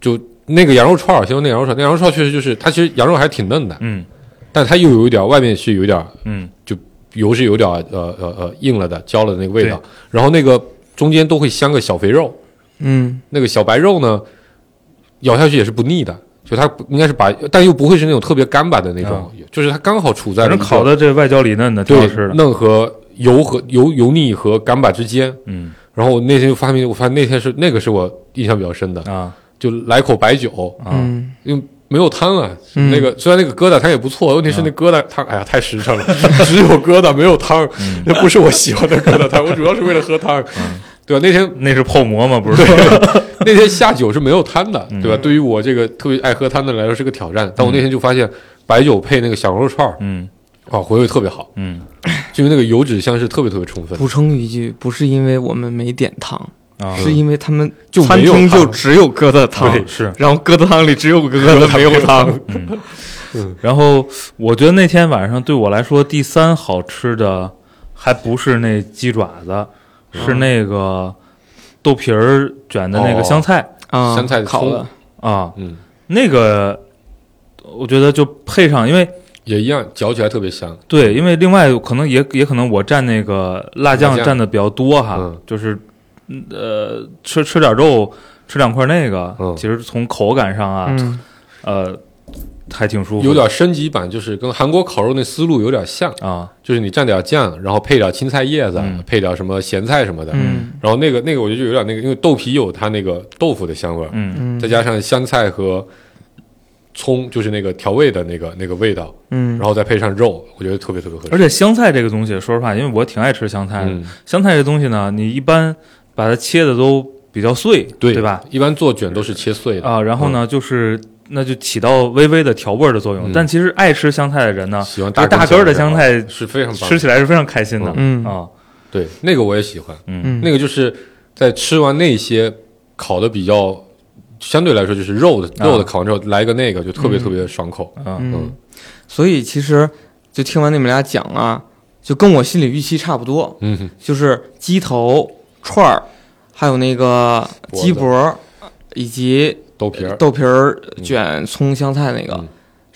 Speaker 5: 就那个羊肉串儿，先说那羊肉串儿，那羊肉串儿确实就是它其实羊肉还是挺嫩的，
Speaker 4: 嗯
Speaker 5: 但它又有一点儿外面是有一点儿
Speaker 4: 嗯
Speaker 5: 油是有点儿呃呃呃硬了的焦了的那个味道，然后那个中间都会镶个小肥肉，
Speaker 3: 嗯
Speaker 5: 那个小白肉呢咬下去也是不腻的。就它应该是把，但又不会是那种特别干巴的那种，就是它刚好处在
Speaker 4: 啊反正
Speaker 5: 了一个
Speaker 4: 烤的这外焦里嫩的，挺好
Speaker 5: 对
Speaker 4: 吃的。
Speaker 5: 嫩和油和油油腻和干巴之间，
Speaker 4: 嗯
Speaker 5: 然后我那天就发明，我发现那天是那个是我印象比较深的，
Speaker 4: 啊
Speaker 5: 就来口白酒，
Speaker 4: 啊
Speaker 3: 嗯
Speaker 5: 因为没有汤啊，
Speaker 3: 嗯
Speaker 5: 那个虽然那个疙瘩汤也不错，问题是那疙瘩汤，哎呀太实诚了， 只有疙瘩没有汤，那不是我喜欢的疙瘩汤，我主要是为了喝汤，对吧？那天
Speaker 4: 那是泡馍吗？不是，
Speaker 5: 那天下酒是没有汤的，对吧？对于我这个特别爱喝汤的人来说是个挑战，但我那天就发现白酒配那个小肉串儿
Speaker 4: 嗯
Speaker 5: 啊，回味特别好，
Speaker 4: 嗯
Speaker 5: 就因为那个油脂香是特别特别充分，
Speaker 3: 补充一句，不是因为我们没点汤，
Speaker 4: 啊，
Speaker 3: 是因为他们
Speaker 5: 就
Speaker 3: 餐
Speaker 5: 没有
Speaker 3: 厅就
Speaker 5: 汤
Speaker 3: 只有疙瘩汤，
Speaker 4: 对是嗯
Speaker 3: 然后疙瘩汤里只有疙瘩没有 汤。嗯
Speaker 4: 然后我觉得那天晚上对我来说，第三好吃的还不是那鸡爪
Speaker 3: 啊
Speaker 4: 子，是那个豆皮儿卷的那个香菜、
Speaker 3: 啊，
Speaker 5: 香菜
Speaker 3: 烤
Speaker 5: 葱
Speaker 3: 的，
Speaker 4: 啊，
Speaker 5: 嗯，
Speaker 4: 那个我觉得就配上，因为
Speaker 5: 也一样，嚼起来特别香，
Speaker 4: 对，因为另外可能也也可能我蘸那个辣酱
Speaker 5: 辣酱
Speaker 4: 蘸的比较多哈，
Speaker 5: 嗯
Speaker 4: 就是嗯呃吃吃点肉，吃两块那个，
Speaker 5: 嗯
Speaker 4: 其实从口感上啊，
Speaker 3: 嗯
Speaker 4: 呃还挺舒服的，
Speaker 5: 有点升级版，就是跟韩国烤肉那思路有点像，
Speaker 4: 啊，
Speaker 5: 就是你蘸点酱，然后配点青菜叶子，
Speaker 4: 嗯
Speaker 5: 配点什么咸菜什么的，
Speaker 3: 嗯
Speaker 5: 然后那个那个我觉得就有点那个，因为豆皮有它那个豆腐的香味儿，
Speaker 4: 嗯
Speaker 3: 嗯
Speaker 5: 再加上香菜和葱，就是那个调味的那个那个味道，
Speaker 3: 嗯
Speaker 5: 然，后再配上肉，我觉得特别特别合
Speaker 4: 而
Speaker 5: 适。
Speaker 4: 且香菜这个东西，说实话，因为我挺爱吃香菜的。
Speaker 5: 嗯，
Speaker 4: 香菜这东西呢，你一般把它切的都比较碎，
Speaker 5: 对
Speaker 4: 对吧？？
Speaker 5: 一般做卷都是切碎的
Speaker 4: 啊，然后呢，就是那就起到微微的调味儿的作用。
Speaker 5: 嗯
Speaker 4: 但其实爱吃香菜的人呢，
Speaker 5: 喜欢
Speaker 4: 这
Speaker 5: 大
Speaker 4: 大根儿的香
Speaker 5: 菜
Speaker 4: 菜
Speaker 5: 是非常棒
Speaker 4: 吃
Speaker 5: 的，
Speaker 4: 起来是非常开心的。
Speaker 3: 嗯
Speaker 4: 啊，
Speaker 5: 对那个我也喜欢，
Speaker 4: 嗯
Speaker 3: 嗯
Speaker 5: 那个就是在吃完那些烤的比较相对来说就是肉的
Speaker 4: 啊
Speaker 5: 肉的烤完之后来一个那个就特别特别爽口。
Speaker 4: 嗯
Speaker 3: 嗯，所以其实就听完你们俩讲啊，就跟我心里预期差不多，
Speaker 5: 嗯哼，
Speaker 3: 就是鸡头串儿，还有那个
Speaker 5: 脖子
Speaker 3: 鸡脖儿，以及
Speaker 5: 豆皮儿，
Speaker 3: 豆皮儿卷葱香菜那个
Speaker 5: 嗯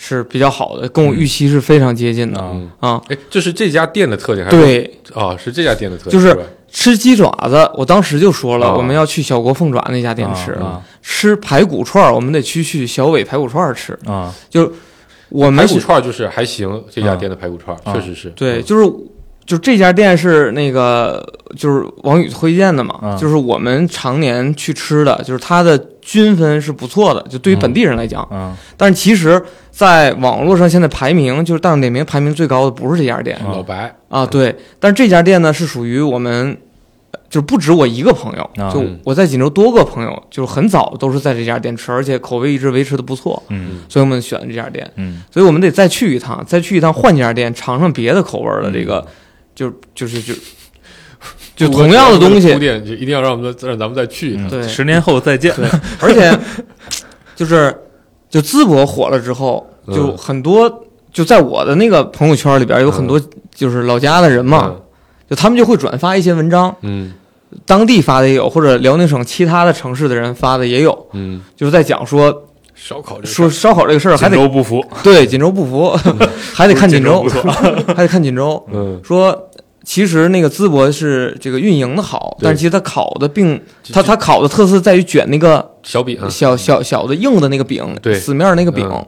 Speaker 3: 是比较好的，跟我预期是非常接近的
Speaker 4: 嗯
Speaker 3: 啊。
Speaker 5: 哎，这是这家店的特点还是
Speaker 3: 对，
Speaker 5: 啊？是这家店的特点，
Speaker 3: 就是
Speaker 5: 吧
Speaker 3: 吃鸡爪子，我当时就说了，
Speaker 5: 啊
Speaker 3: 我们要去小国凤爪那家店吃。
Speaker 4: 啊
Speaker 3: 吃排骨串儿，我们得去去小伟排骨串儿吃。
Speaker 4: 啊，
Speaker 3: 就我们
Speaker 5: 排骨
Speaker 3: 是
Speaker 5: 串儿就是还行，这家店的排骨串
Speaker 4: 啊
Speaker 5: 儿确实是
Speaker 3: 对，
Speaker 5: 嗯
Speaker 3: 就是就这家店是那个就是王宇推荐的嘛，
Speaker 5: 啊
Speaker 4: 嗯
Speaker 3: 就是我们常年去吃的，就是它的均分是不错的，就对于本地人来讲。
Speaker 4: 嗯
Speaker 3: 但是其实，在网络上现在排名就是大众点评排名最高的不是这家店、
Speaker 4: 嗯
Speaker 5: 老白
Speaker 3: 啊，对。但是这家店呢是属于我们。就是不止我一个朋友，
Speaker 4: 啊
Speaker 3: 就
Speaker 5: 嗯
Speaker 3: 我在锦州多个朋友，就是很早都是在这家店吃，而且口味一直维持的不错，
Speaker 4: 嗯
Speaker 3: 所以我们选这家店。
Speaker 4: 嗯
Speaker 3: 所以我们得再去一趟，再去一趟，换家店尝尝别的口味儿的这个，就就是就就同样的东
Speaker 5: 铺
Speaker 3: 西，
Speaker 5: 垫就一定要让我们让咱们再去一趟。
Speaker 3: 对
Speaker 4: 嗯，十年后再见，
Speaker 3: 对， 而且就是就淄博火了之后，
Speaker 5: 嗯
Speaker 3: 就很多就在我的那个朋友圈里边有很多就是老家的人嘛，就他们就会转发一些文章，
Speaker 5: 嗯
Speaker 3: 当地发的也有，或者辽宁省其他的城市的人发的也有，
Speaker 5: 嗯，
Speaker 3: 就是在讲说
Speaker 5: 烧烤这事儿
Speaker 3: 说烧烤这个事儿还
Speaker 4: 锦
Speaker 3: 得
Speaker 4: 州不 服，
Speaker 3: 对锦州不服，还得看锦州
Speaker 4: 不，错，
Speaker 3: 还得看锦州，
Speaker 5: 嗯，
Speaker 3: 说其实那个淄博是这个运营的好，
Speaker 5: 对
Speaker 3: 但是其实它烤的并
Speaker 5: 这
Speaker 3: 它它烤的特色在于卷那个
Speaker 5: 小饼啊
Speaker 3: 小小小的硬的那个饼，
Speaker 5: 嗯对
Speaker 3: 死面儿那个饼。
Speaker 5: 嗯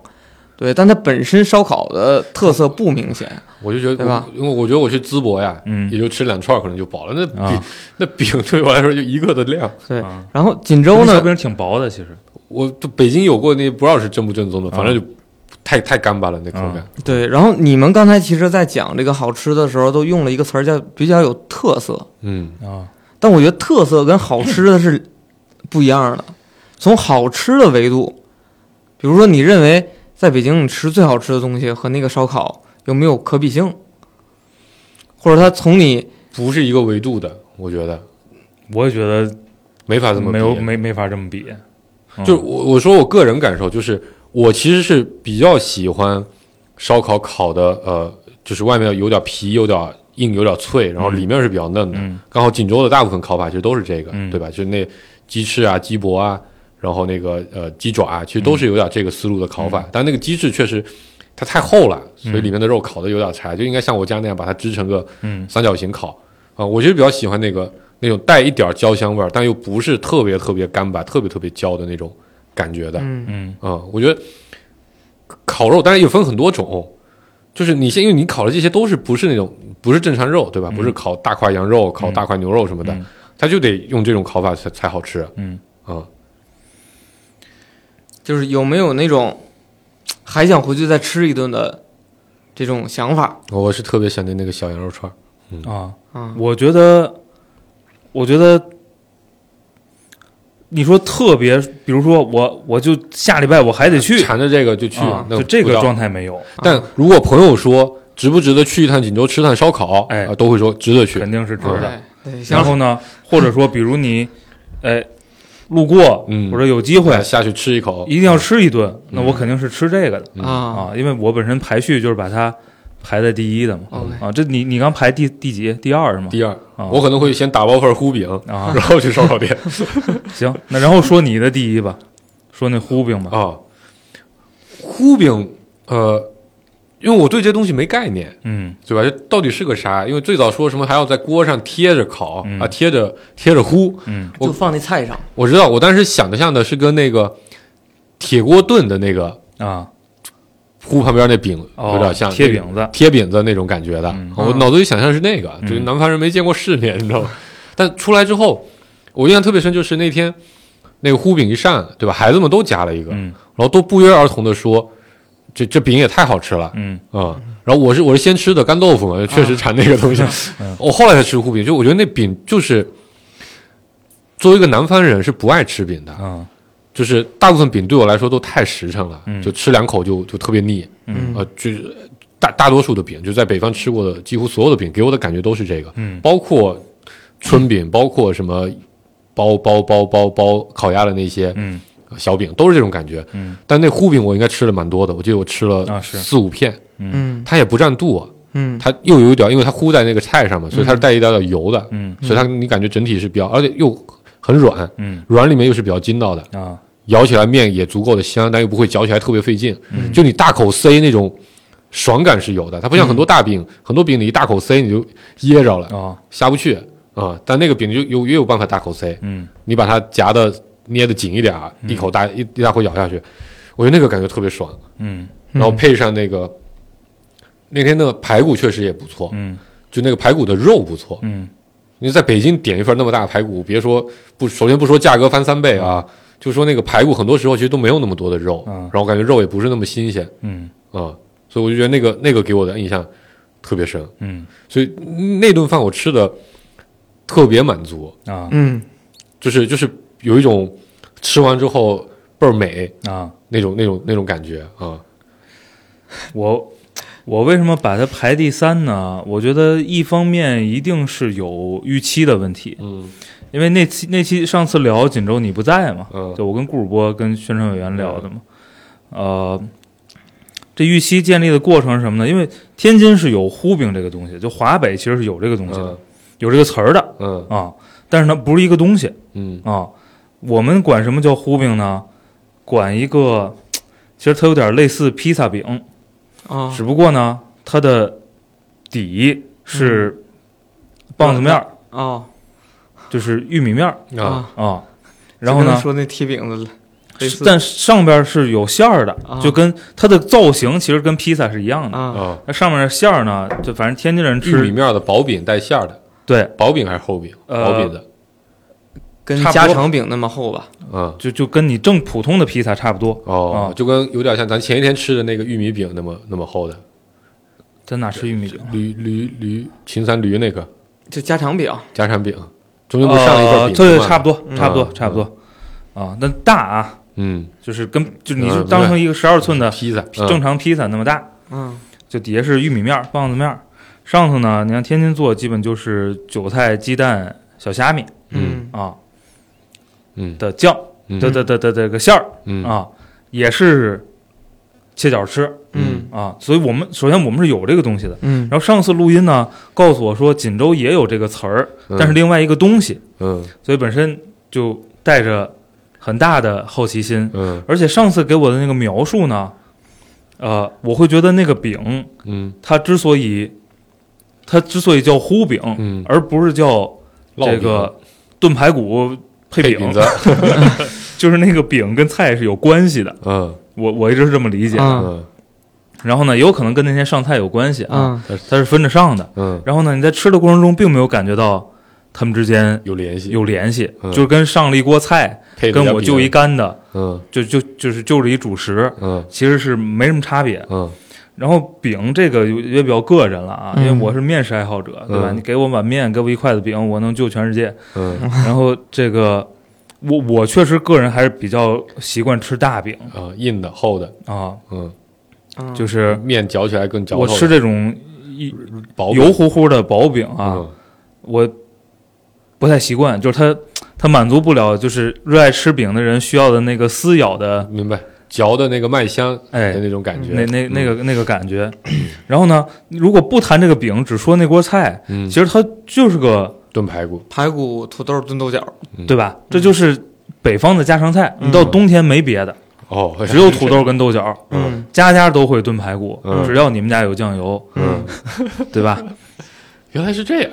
Speaker 3: 对，但它本身烧烤的特色不明显，
Speaker 5: 我就觉得，
Speaker 3: 对吧
Speaker 5: 我因为我觉得我去淄博呀，
Speaker 4: 嗯
Speaker 5: 也就吃两串儿可能就饱了。那饼、
Speaker 4: 啊
Speaker 5: 那饼对我来说就一个的量。
Speaker 3: 对
Speaker 4: 啊。
Speaker 3: 然后锦州
Speaker 4: 那小
Speaker 3: 呢，
Speaker 4: 饼挺薄的，其实
Speaker 5: 我就北京有过那不知道是正不正宗的，反正就太太干巴了那口感。
Speaker 3: 对，然后你们刚才其实，在讲这个好吃的时候，都用了一个词儿叫比较有特色，
Speaker 5: 嗯，
Speaker 4: 啊，
Speaker 3: 但我觉得特色跟好吃的是不一样的。从好吃的维度，比如说你认为在北京你吃最好吃的东西和那个烧烤有没有可比性，或者它从你
Speaker 5: 不是一个维度的，我觉得
Speaker 4: 我也觉得
Speaker 5: 没法这么比
Speaker 4: 没有没没法这么比，嗯
Speaker 5: 就我我说我个人感受，就是我其实是比较喜欢烧烤烤的，呃，就是外面有点皮，有点硬，有点脆，然后里面是比较嫩的。
Speaker 4: 嗯
Speaker 5: 刚好锦州的大部分烤法其实都是这个，
Speaker 4: 嗯
Speaker 5: 对吧？就那鸡翅啊、鸡脖啊，然后那个呃鸡爪啊，其实
Speaker 4: 嗯
Speaker 5: 都是有点这个思路的烤法。但那个鸡翅确实它太厚了，所以里面的肉烤的有点柴，就应该像我家那样把它支成个
Speaker 4: 嗯
Speaker 5: 三角形烤啊、我其实比较喜欢那个那种带一点儿焦香味儿，但又不是特别特别干巴、特别特别焦的那种感觉的。
Speaker 3: 嗯
Speaker 4: 嗯
Speaker 5: 嗯，我觉得烤肉当然也分很多种，就是你先因为你烤的这些都是不是那种不是正常肉对吧？不是烤大块羊肉、烤大块牛肉什么的，
Speaker 4: 嗯
Speaker 5: 它就得用这种烤法才才好吃。
Speaker 4: 嗯
Speaker 5: 嗯，
Speaker 3: 就是有没有那种还想回去再吃一顿的这种想法
Speaker 5: 我是特别想念那个小羊肉串儿，
Speaker 4: 啊，
Speaker 3: 啊？
Speaker 4: 我觉得，我觉得，你说特别，比如说我，我就下礼拜我还得去，
Speaker 5: 缠着这个就啊去，
Speaker 4: 啊，
Speaker 5: 那
Speaker 4: 就这
Speaker 5: 不
Speaker 4: 个
Speaker 5: 叫
Speaker 4: 状态没有，
Speaker 5: 但如果朋友说值不值得去一趟锦州吃趟烧烤，
Speaker 4: 哎
Speaker 5: 啊都会说值得去
Speaker 4: 肯。定是值
Speaker 5: 嗯
Speaker 4: 的。
Speaker 3: 哎，对，
Speaker 4: 然
Speaker 3: 行，
Speaker 4: 后 呢，或者说，比如你，哎，路过
Speaker 5: 嗯
Speaker 4: 或者有机会
Speaker 5: 啊，下去吃一口，
Speaker 4: 一定要吃一顿，那我肯定是吃这个的
Speaker 3: 啊
Speaker 4: 啊，因为我本身排序就是把它排在第一的嘛。
Speaker 3: ，OK，
Speaker 4: 啊，这你你刚排第第几？第二是吗？
Speaker 5: 第二，
Speaker 4: 啊
Speaker 5: 我可能会先打包份糊饼，
Speaker 4: 啊
Speaker 5: 然后去烧烤店。
Speaker 4: 行，那然后说你的第一吧，说那糊饼吧。
Speaker 5: 啊，糊饼，呃，因为我对这东西没概念，
Speaker 4: 嗯
Speaker 5: 对吧？这到底是个啥？因为最早说什么还要在锅上贴着烤、
Speaker 4: 嗯
Speaker 5: 啊，贴着贴着糊。
Speaker 4: 嗯
Speaker 5: 我
Speaker 3: 就放那菜上，
Speaker 5: 我知道，我当时想象的是跟那个铁锅炖的那个
Speaker 4: 啊，
Speaker 5: 糊旁边那饼
Speaker 4: 哦
Speaker 5: 有点像，
Speaker 4: 贴
Speaker 5: 那个
Speaker 4: 饼子
Speaker 5: 贴饼子那种感觉的。
Speaker 4: 嗯
Speaker 5: 我脑子里想象是那个，
Speaker 4: 嗯
Speaker 5: 就是南方人没见过世面，你知道吗？但出来之后，我印象特别深，就是那天那个糊饼一上，对吧？孩子们都夹了一个，
Speaker 4: 嗯
Speaker 5: 然后都不约而同的说，这这饼也太好吃了，
Speaker 4: 嗯
Speaker 5: 嗯。然后我是我是先吃的干豆腐嘛，确实馋那个东西。
Speaker 4: 嗯
Speaker 5: 我后来才吃糊饼，就我觉得那饼就是作为一个南方人是不爱吃饼的，
Speaker 4: 啊
Speaker 5: 就是大部分饼对我来说都太实诚了，
Speaker 4: 嗯
Speaker 5: 就吃两口就就特别腻。
Speaker 4: 嗯
Speaker 5: 呃，就是大大多数的饼，就在北方吃过的几乎所有的饼，给我的感觉都是这个，
Speaker 4: 嗯
Speaker 5: 包括春饼，包括什么包包包包包烤鸭的那些，
Speaker 4: 嗯
Speaker 5: 小饼，都是这种感觉。
Speaker 4: 嗯
Speaker 5: 但那糊饼我应该吃了蛮多的，我记得我吃了
Speaker 4: 啊是
Speaker 5: 四五片，
Speaker 3: 嗯
Speaker 5: 它也不占肚啊，
Speaker 3: 嗯
Speaker 5: 它又有一点，因为它糊在那个菜上嘛，所以它是带一点点油的，
Speaker 4: 嗯
Speaker 5: 所以它你感觉整体是比较，而且又很软，
Speaker 4: 嗯
Speaker 5: 软里面又是比较筋道的，
Speaker 4: 啊，
Speaker 5: 咬起来面也足够的香，但又不会嚼起来特别费劲。
Speaker 4: 嗯
Speaker 5: 就你大口塞那种爽感是有的，它不像很多大饼，很多饼你一大口塞你就噎着了，
Speaker 4: 嗯哦，
Speaker 5: 下不去啊、但那个饼就有也有办法大口塞，
Speaker 4: 嗯，
Speaker 5: 你把它夹的捏的紧一点啊，一口大一一大口咬下去，我觉得那个感觉特别爽。
Speaker 4: 嗯
Speaker 5: 然后配上那个、那天那个排骨确实也不错，
Speaker 4: 嗯
Speaker 5: 就那个排骨的肉不错。
Speaker 4: 嗯
Speaker 5: 你在北京点一份那么大的排骨，别说不，首先不说价格翻三倍啊，就说那个排骨很多时候其实都没有那么多的肉，
Speaker 4: 嗯
Speaker 5: 然后我感觉肉也不是那么新鲜
Speaker 4: 嗯
Speaker 5: 啊、所以我就觉得那个那个给我的印象特别深，
Speaker 4: 嗯
Speaker 5: 所以那顿饭我吃的特别满足，
Speaker 4: 啊
Speaker 3: 嗯
Speaker 5: 就是就是有一种吃完之后倍儿美
Speaker 4: 啊，
Speaker 5: 那种那种那种感觉啊，
Speaker 4: 我我为什么把它排第三呢？我觉得一方面一定是有预期的问题，
Speaker 5: 嗯
Speaker 4: 因为那期那期上次聊锦州你不在嘛，
Speaker 5: 嗯
Speaker 4: 就我跟顾主播跟宣传委员聊的嘛，呃，这预期建立的过程是什么呢？因为天津是有呼饼这个东西，就华北其实是有这个东西的，
Speaker 5: 嗯
Speaker 4: 有这个词儿的
Speaker 5: 嗯
Speaker 4: 啊，但是它不是一个东西
Speaker 5: 嗯
Speaker 4: 啊。我们管什么叫呼饼呢？管一个，其实它有点类似披萨饼，
Speaker 3: 啊
Speaker 4: 只不过呢，它的底
Speaker 3: 嗯
Speaker 4: 是棒子面儿，
Speaker 3: 哦
Speaker 4: 就是玉米面儿
Speaker 5: 啊，
Speaker 3: 啊，
Speaker 4: 啊。然后
Speaker 3: 就
Speaker 4: 呢
Speaker 3: 跟，说那贴饼子类似
Speaker 4: 但上边是有馅儿的
Speaker 3: 啊，
Speaker 4: 就跟它的造型其实跟披萨是一样的。
Speaker 3: 啊
Speaker 5: 啊，
Speaker 4: 那上面的馅儿呢，就反正天津人
Speaker 5: 玉米
Speaker 4: 吃，
Speaker 5: 面的薄饼带馅儿的，
Speaker 4: 对，
Speaker 5: 薄饼还是厚饼？
Speaker 4: 呃
Speaker 5: 薄饼的，
Speaker 3: 跟
Speaker 4: 差不多
Speaker 3: 家常饼那么厚吧？
Speaker 5: 嗯
Speaker 4: 就就跟你正普通的披萨差不多。
Speaker 5: 哦
Speaker 4: 啊，
Speaker 5: 就跟有点像咱前一天吃的那个玉米饼那么那么厚的，
Speaker 4: 咱哪吃玉米饼？
Speaker 5: 驴驴驴秦三驴那个
Speaker 3: 就家常饼
Speaker 5: 家常饼，中间不是上了一份
Speaker 4: 呃
Speaker 5: 饼
Speaker 4: 对，
Speaker 5: 吗
Speaker 4: 差不多，差不多，
Speaker 5: 嗯
Speaker 4: 差不多。啊，但大啊，
Speaker 5: 嗯，
Speaker 4: 就是跟就你就
Speaker 5: 嗯
Speaker 4: 当成一个十二寸的
Speaker 5: 披萨
Speaker 4: 正常披萨那么大。
Speaker 3: 嗯
Speaker 4: 就底下是玉米面儿、棒子面儿，上头呢，你看天津做基本就是韭菜、鸡蛋、小虾米
Speaker 5: 嗯
Speaker 4: 啊
Speaker 5: 嗯
Speaker 4: 的酱
Speaker 5: 嗯
Speaker 4: 的的的的的个馅儿
Speaker 5: 嗯
Speaker 4: 啊，也是切角吃
Speaker 3: 嗯
Speaker 4: 啊，所以我们首先我们是有这个东西的。
Speaker 3: 嗯
Speaker 4: 然后上次录音呢，告诉我说锦州也有这个词儿，
Speaker 5: 嗯
Speaker 4: 但是另外一个东西，
Speaker 5: 嗯
Speaker 4: 所以本身就带着很大的好奇心。
Speaker 5: 嗯
Speaker 4: 而且上次给我的那个描述呢，呃，我会觉得那个饼
Speaker 5: 嗯
Speaker 4: 它之所以它之所以叫糊饼，
Speaker 5: 嗯
Speaker 4: 而不是叫这
Speaker 5: 烙饼啊
Speaker 4: 个炖排骨配
Speaker 5: 配
Speaker 4: 饼，啊
Speaker 5: 饼子，
Speaker 4: 就是那个饼跟菜是有关系的。
Speaker 5: 嗯
Speaker 4: 我我一直是这么理解。
Speaker 3: 嗯
Speaker 5: 嗯
Speaker 4: 然后呢，也有可能跟那天上菜有关系啊，
Speaker 3: 嗯
Speaker 4: 它是分着上的。
Speaker 5: 嗯，
Speaker 4: 然后呢，你在吃的过程中并没有感觉到它们之间
Speaker 5: 有联系，
Speaker 4: 有联系，
Speaker 5: 嗯
Speaker 4: 就是跟上了一锅菜，
Speaker 5: 配的
Speaker 4: 跟
Speaker 5: 比较
Speaker 4: 我
Speaker 5: 比
Speaker 4: 就
Speaker 5: 的
Speaker 4: 一干的，
Speaker 5: 嗯
Speaker 4: 就就就是就是一主食，
Speaker 5: 嗯
Speaker 4: 其实是没什么差别。
Speaker 5: 嗯
Speaker 4: 然后饼这个也比较个人了啊，因
Speaker 3: 嗯
Speaker 4: 为我是面食爱好者，对吧？
Speaker 5: 嗯
Speaker 4: 你给我碗面，给我一筷子饼，我能救全世界。
Speaker 5: 嗯
Speaker 4: 然后这个，我我确实个人还是比较习惯吃大饼
Speaker 5: 啊，硬的厚的，
Speaker 4: 啊，
Speaker 5: 嗯，
Speaker 3: 嗯
Speaker 4: 就是
Speaker 5: 面嚼起来更嚼
Speaker 4: 我
Speaker 5: 头，
Speaker 4: 吃这种一
Speaker 5: 薄
Speaker 4: 油乎乎的薄饼啊，
Speaker 5: 啊，
Speaker 4: 我不太习惯，就是它它满足不了就是热爱吃饼的人需要的那个撕咬的
Speaker 5: 嗯明白，嚼的那个麦香
Speaker 4: 哎
Speaker 5: 的那嗯种感觉，
Speaker 4: 那那那个那个感觉。然后呢，如果不谈这个饼，只说那锅菜，
Speaker 5: 嗯，
Speaker 4: 其实它就是个。
Speaker 5: 炖排骨，
Speaker 3: 排骨、土豆炖豆角，
Speaker 5: 嗯
Speaker 4: 对吧？这就是北方的家常菜。
Speaker 3: 嗯
Speaker 4: 你到冬天没别的，
Speaker 5: 哦，
Speaker 4: 只有土豆跟豆角，
Speaker 3: 嗯
Speaker 4: 家家都会炖排骨，
Speaker 5: 嗯
Speaker 4: 只要你们家有酱油，
Speaker 5: 嗯，
Speaker 4: 对 吧？
Speaker 5: 原来是这样，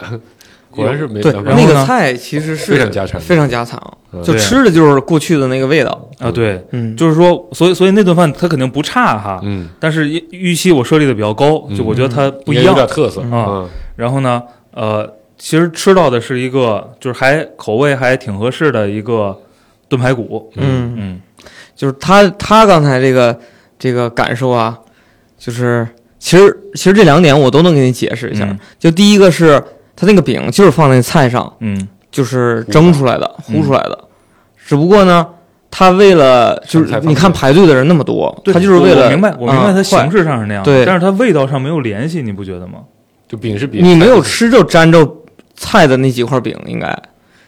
Speaker 5: 果然是没
Speaker 3: 对，
Speaker 5: 想到
Speaker 4: 然后
Speaker 3: 那个
Speaker 4: 呢
Speaker 3: 菜其实是
Speaker 5: 非常家常
Speaker 3: 非常家常，
Speaker 5: 嗯
Speaker 3: 就
Speaker 4: 对
Speaker 3: 吃的就是过去的那个味道。
Speaker 4: 啊，对，
Speaker 3: 嗯，
Speaker 4: 就是说，所以所以那顿饭它肯定不差哈，
Speaker 5: 嗯，
Speaker 4: 但是预预期我设立的比较高，就我觉得它不一
Speaker 5: 应该
Speaker 4: 样
Speaker 5: 有点特色嗯
Speaker 4: 啊。，然后呢，呃，其实吃到的是一个就是还口味还挺合适的一个炖排骨，
Speaker 3: 嗯，
Speaker 4: 嗯
Speaker 3: 就是他他刚才这个这个感受啊，就是其实其实这两点我都能给你解释一下。
Speaker 4: 嗯
Speaker 3: 就第一个是他那个饼就是放在菜上，
Speaker 4: 嗯
Speaker 3: 就是蒸出来的、
Speaker 4: 嗯
Speaker 3: 糊出来的，只不过呢，他为了就
Speaker 5: 上菜
Speaker 3: 是
Speaker 5: 方便
Speaker 3: 你看排队的人那么多，
Speaker 4: 对
Speaker 3: 他就是
Speaker 4: 我
Speaker 3: 为了
Speaker 4: 我明白，我明白
Speaker 3: 嗯
Speaker 4: 它
Speaker 3: 快
Speaker 4: 形式上是那样的，
Speaker 3: 对
Speaker 4: 但是它味道上没有联系，你不觉得吗？
Speaker 5: 就饼是饼，
Speaker 3: 你没有吃就沾着菜的那几块饼，应该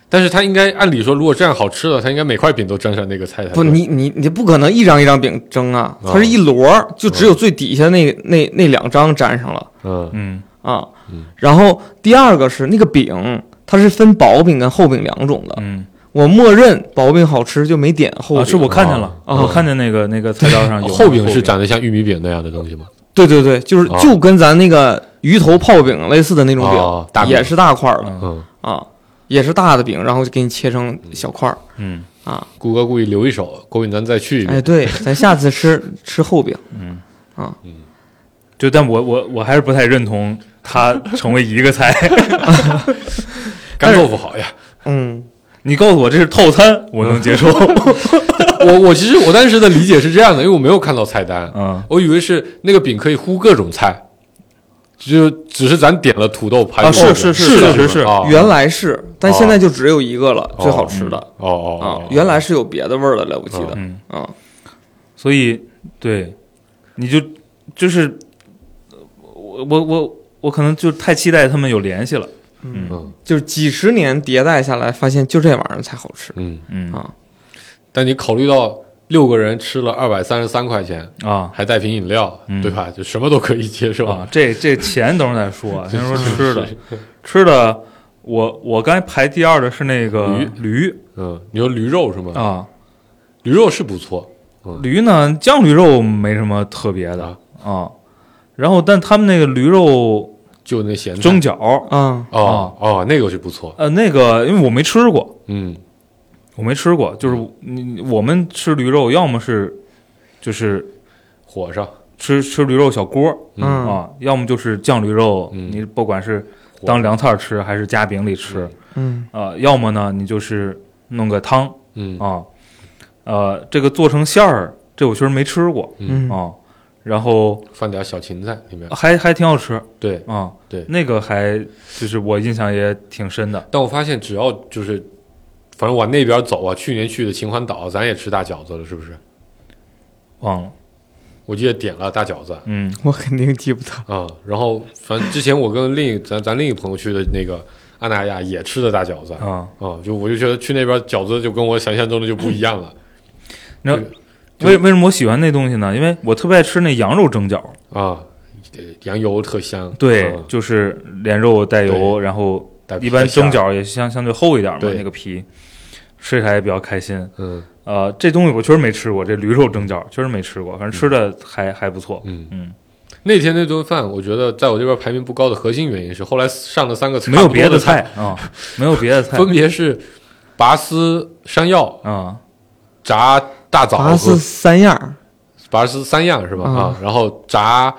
Speaker 5: 但是它应该按理说，如果这样好吃的，它应该每块饼都沾上那个菜才
Speaker 3: 不，
Speaker 5: 对
Speaker 3: 你你你不可能一张一张饼蒸啊，
Speaker 5: 啊
Speaker 4: 哦
Speaker 3: 它是一摞儿，就只有最底下那那那两张粘上了
Speaker 5: 嗯
Speaker 4: 嗯
Speaker 3: 啊
Speaker 5: 嗯。
Speaker 3: 然后第二个是那个饼，它是分薄饼跟厚饼两种的。
Speaker 4: 嗯，
Speaker 3: 我默认薄饼好吃就没点厚饼。
Speaker 4: 啊，是我看见了，
Speaker 3: 啊
Speaker 4: 我看见那个那个菜单嗯上有
Speaker 5: 厚饼
Speaker 4: 厚
Speaker 5: 是长得像玉米饼那样的东西吗？
Speaker 3: 对对对，就是
Speaker 5: 啊
Speaker 3: 就跟咱那个鱼头泡饼类似的那种饼，
Speaker 5: 哦大饼
Speaker 3: 也是大块儿的、
Speaker 4: 啊嗯
Speaker 5: 嗯，
Speaker 3: 啊，也是大的饼，然后就给你切成小块儿
Speaker 4: 嗯
Speaker 3: 啊。
Speaker 5: 谷歌故意留一手，勾引咱再去一
Speaker 3: 哎，
Speaker 5: 遍。
Speaker 3: 对，咱下次吃 吃厚饼，
Speaker 4: 嗯
Speaker 3: 啊
Speaker 5: 嗯，
Speaker 4: 就但我我我还是不太认同它成为一个菜。
Speaker 5: 干豆腐好呀！
Speaker 3: 嗯，
Speaker 4: 你告诉我这是套餐，我 能接受。
Speaker 5: 我我其实我当时的理解是这样的，因为我没有看到菜单，
Speaker 4: 嗯，
Speaker 5: 我以为是那个饼可以糊各种菜，就只是咱点了土豆排骨、
Speaker 4: 啊是是是
Speaker 5: 是
Speaker 4: 是是啊是
Speaker 5: 啊
Speaker 3: 原来是，但
Speaker 5: 哦
Speaker 3: 现在就只有一个了，最好吃的
Speaker 5: 哦哦
Speaker 3: 啊
Speaker 5: 哦，
Speaker 3: 原来是有别的味儿的了，我记得
Speaker 5: 哦
Speaker 4: 嗯
Speaker 3: 啊，
Speaker 4: 所以对，你就就是我我我我可能就太期待他们有联系了。
Speaker 5: 嗯
Speaker 3: 就是几十年迭代下来，发现就这玩意儿才好吃
Speaker 5: 嗯，
Speaker 4: 嗯
Speaker 3: 啊。
Speaker 5: 但你考虑到六个人吃了二百三十三块钱，
Speaker 4: 啊
Speaker 5: 还带瓶饮料，
Speaker 4: 嗯
Speaker 5: 对吧？就什么都可以接受。
Speaker 4: 啊，这这钱等会儿再说啊，先说吃的，吃的。我我刚才排第二的是那个
Speaker 5: 驴
Speaker 4: 驴
Speaker 5: 嗯，你说驴肉是吗？
Speaker 4: 啊，
Speaker 5: 驴肉是不错，
Speaker 4: 驴呢酱驴肉没什么特别的啊，然后但他们那个驴肉
Speaker 5: 就那咸菜
Speaker 4: 蒸饺，
Speaker 3: 啊，
Speaker 5: 哦哦，那个是不错。
Speaker 4: 呃，那个因为我没吃过，
Speaker 5: 嗯
Speaker 4: 我没吃过，就是你我们吃驴肉，要么是就是
Speaker 5: 火上
Speaker 4: 吃吃驴肉小锅、
Speaker 3: 嗯
Speaker 4: 啊，要么就是酱驴肉，
Speaker 5: 嗯
Speaker 4: 你不管是当凉菜儿吃还是夹饼里吃
Speaker 3: 嗯
Speaker 4: 啊、要么呢你就是弄个汤
Speaker 5: 嗯
Speaker 4: 啊，呃，这个做成馅儿，这我确实没吃过
Speaker 5: 嗯
Speaker 3: 嗯
Speaker 4: 啊，然后
Speaker 5: 放点小芹菜里面，
Speaker 4: 还还挺好吃
Speaker 5: 对。
Speaker 4: 啊，
Speaker 5: 对
Speaker 4: 那个还就是我印象也挺深的，
Speaker 5: 但我发现只要就是，反正往那边走啊，去年去的秦皇岛，咱也吃大饺子了，是不是？
Speaker 4: 忘了，
Speaker 5: 我记得点了大饺子啊、
Speaker 4: 嗯
Speaker 3: 我肯定记不得。
Speaker 5: 嗯然后反正之前我跟另一咱咱另一朋友去的那个阿那亚也吃的大饺子啊、
Speaker 4: 啊，
Speaker 5: 嗯就我就觉得去那边饺子就跟我想象中的就不一样了
Speaker 4: 那
Speaker 5: 对
Speaker 4: 为为什么我喜欢那东西呢？因为我特别爱吃那羊肉蒸饺，
Speaker 5: 啊、羊油特香，
Speaker 4: 对，
Speaker 5: 嗯
Speaker 4: 就是连肉带油，然后
Speaker 5: 带
Speaker 4: 一般
Speaker 5: 带馅
Speaker 4: 蒸
Speaker 5: 儿
Speaker 4: 饺也相相对厚一点嘛，
Speaker 5: 对
Speaker 4: 那个皮吃起来也比较开心。
Speaker 5: 嗯
Speaker 4: 呃，这东西我确实没吃过，这驴肉蒸饺确实没吃过，反正吃的还、还不错。
Speaker 5: 嗯
Speaker 4: 嗯，
Speaker 5: 那天那顿饭，我觉得在我这边排名不高的核心原因是，后来上了三个
Speaker 4: 没有别
Speaker 5: 的
Speaker 4: 的菜，啊、没有别的菜
Speaker 5: 分别是拔丝山药、
Speaker 4: 啊、
Speaker 5: 炸大枣
Speaker 3: 拔丝
Speaker 5: 和
Speaker 3: 三样儿，
Speaker 5: 拔丝三样是吧？
Speaker 3: 嗯
Speaker 5: 啊，然后炸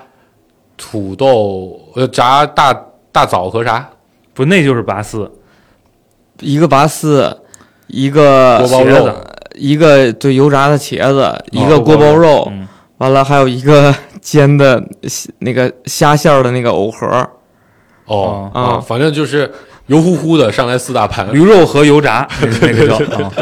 Speaker 5: 土豆，呃，炸大大枣和啥？
Speaker 4: 不，那就是拔丝
Speaker 3: 一个拔丝，一个
Speaker 5: 锅包
Speaker 3: 茄
Speaker 5: 肉
Speaker 3: 子，一个对油炸的茄子，一个锅
Speaker 5: 锅包
Speaker 3: 包肉，
Speaker 4: 嗯
Speaker 3: 完了还有一个煎的那个虾馅儿的那个藕盒儿，
Speaker 5: 哦
Speaker 3: 啊
Speaker 5: 啊，反正就是油乎乎的上来四大盘，
Speaker 4: 驴肉和油 炸，那个那个叫啊，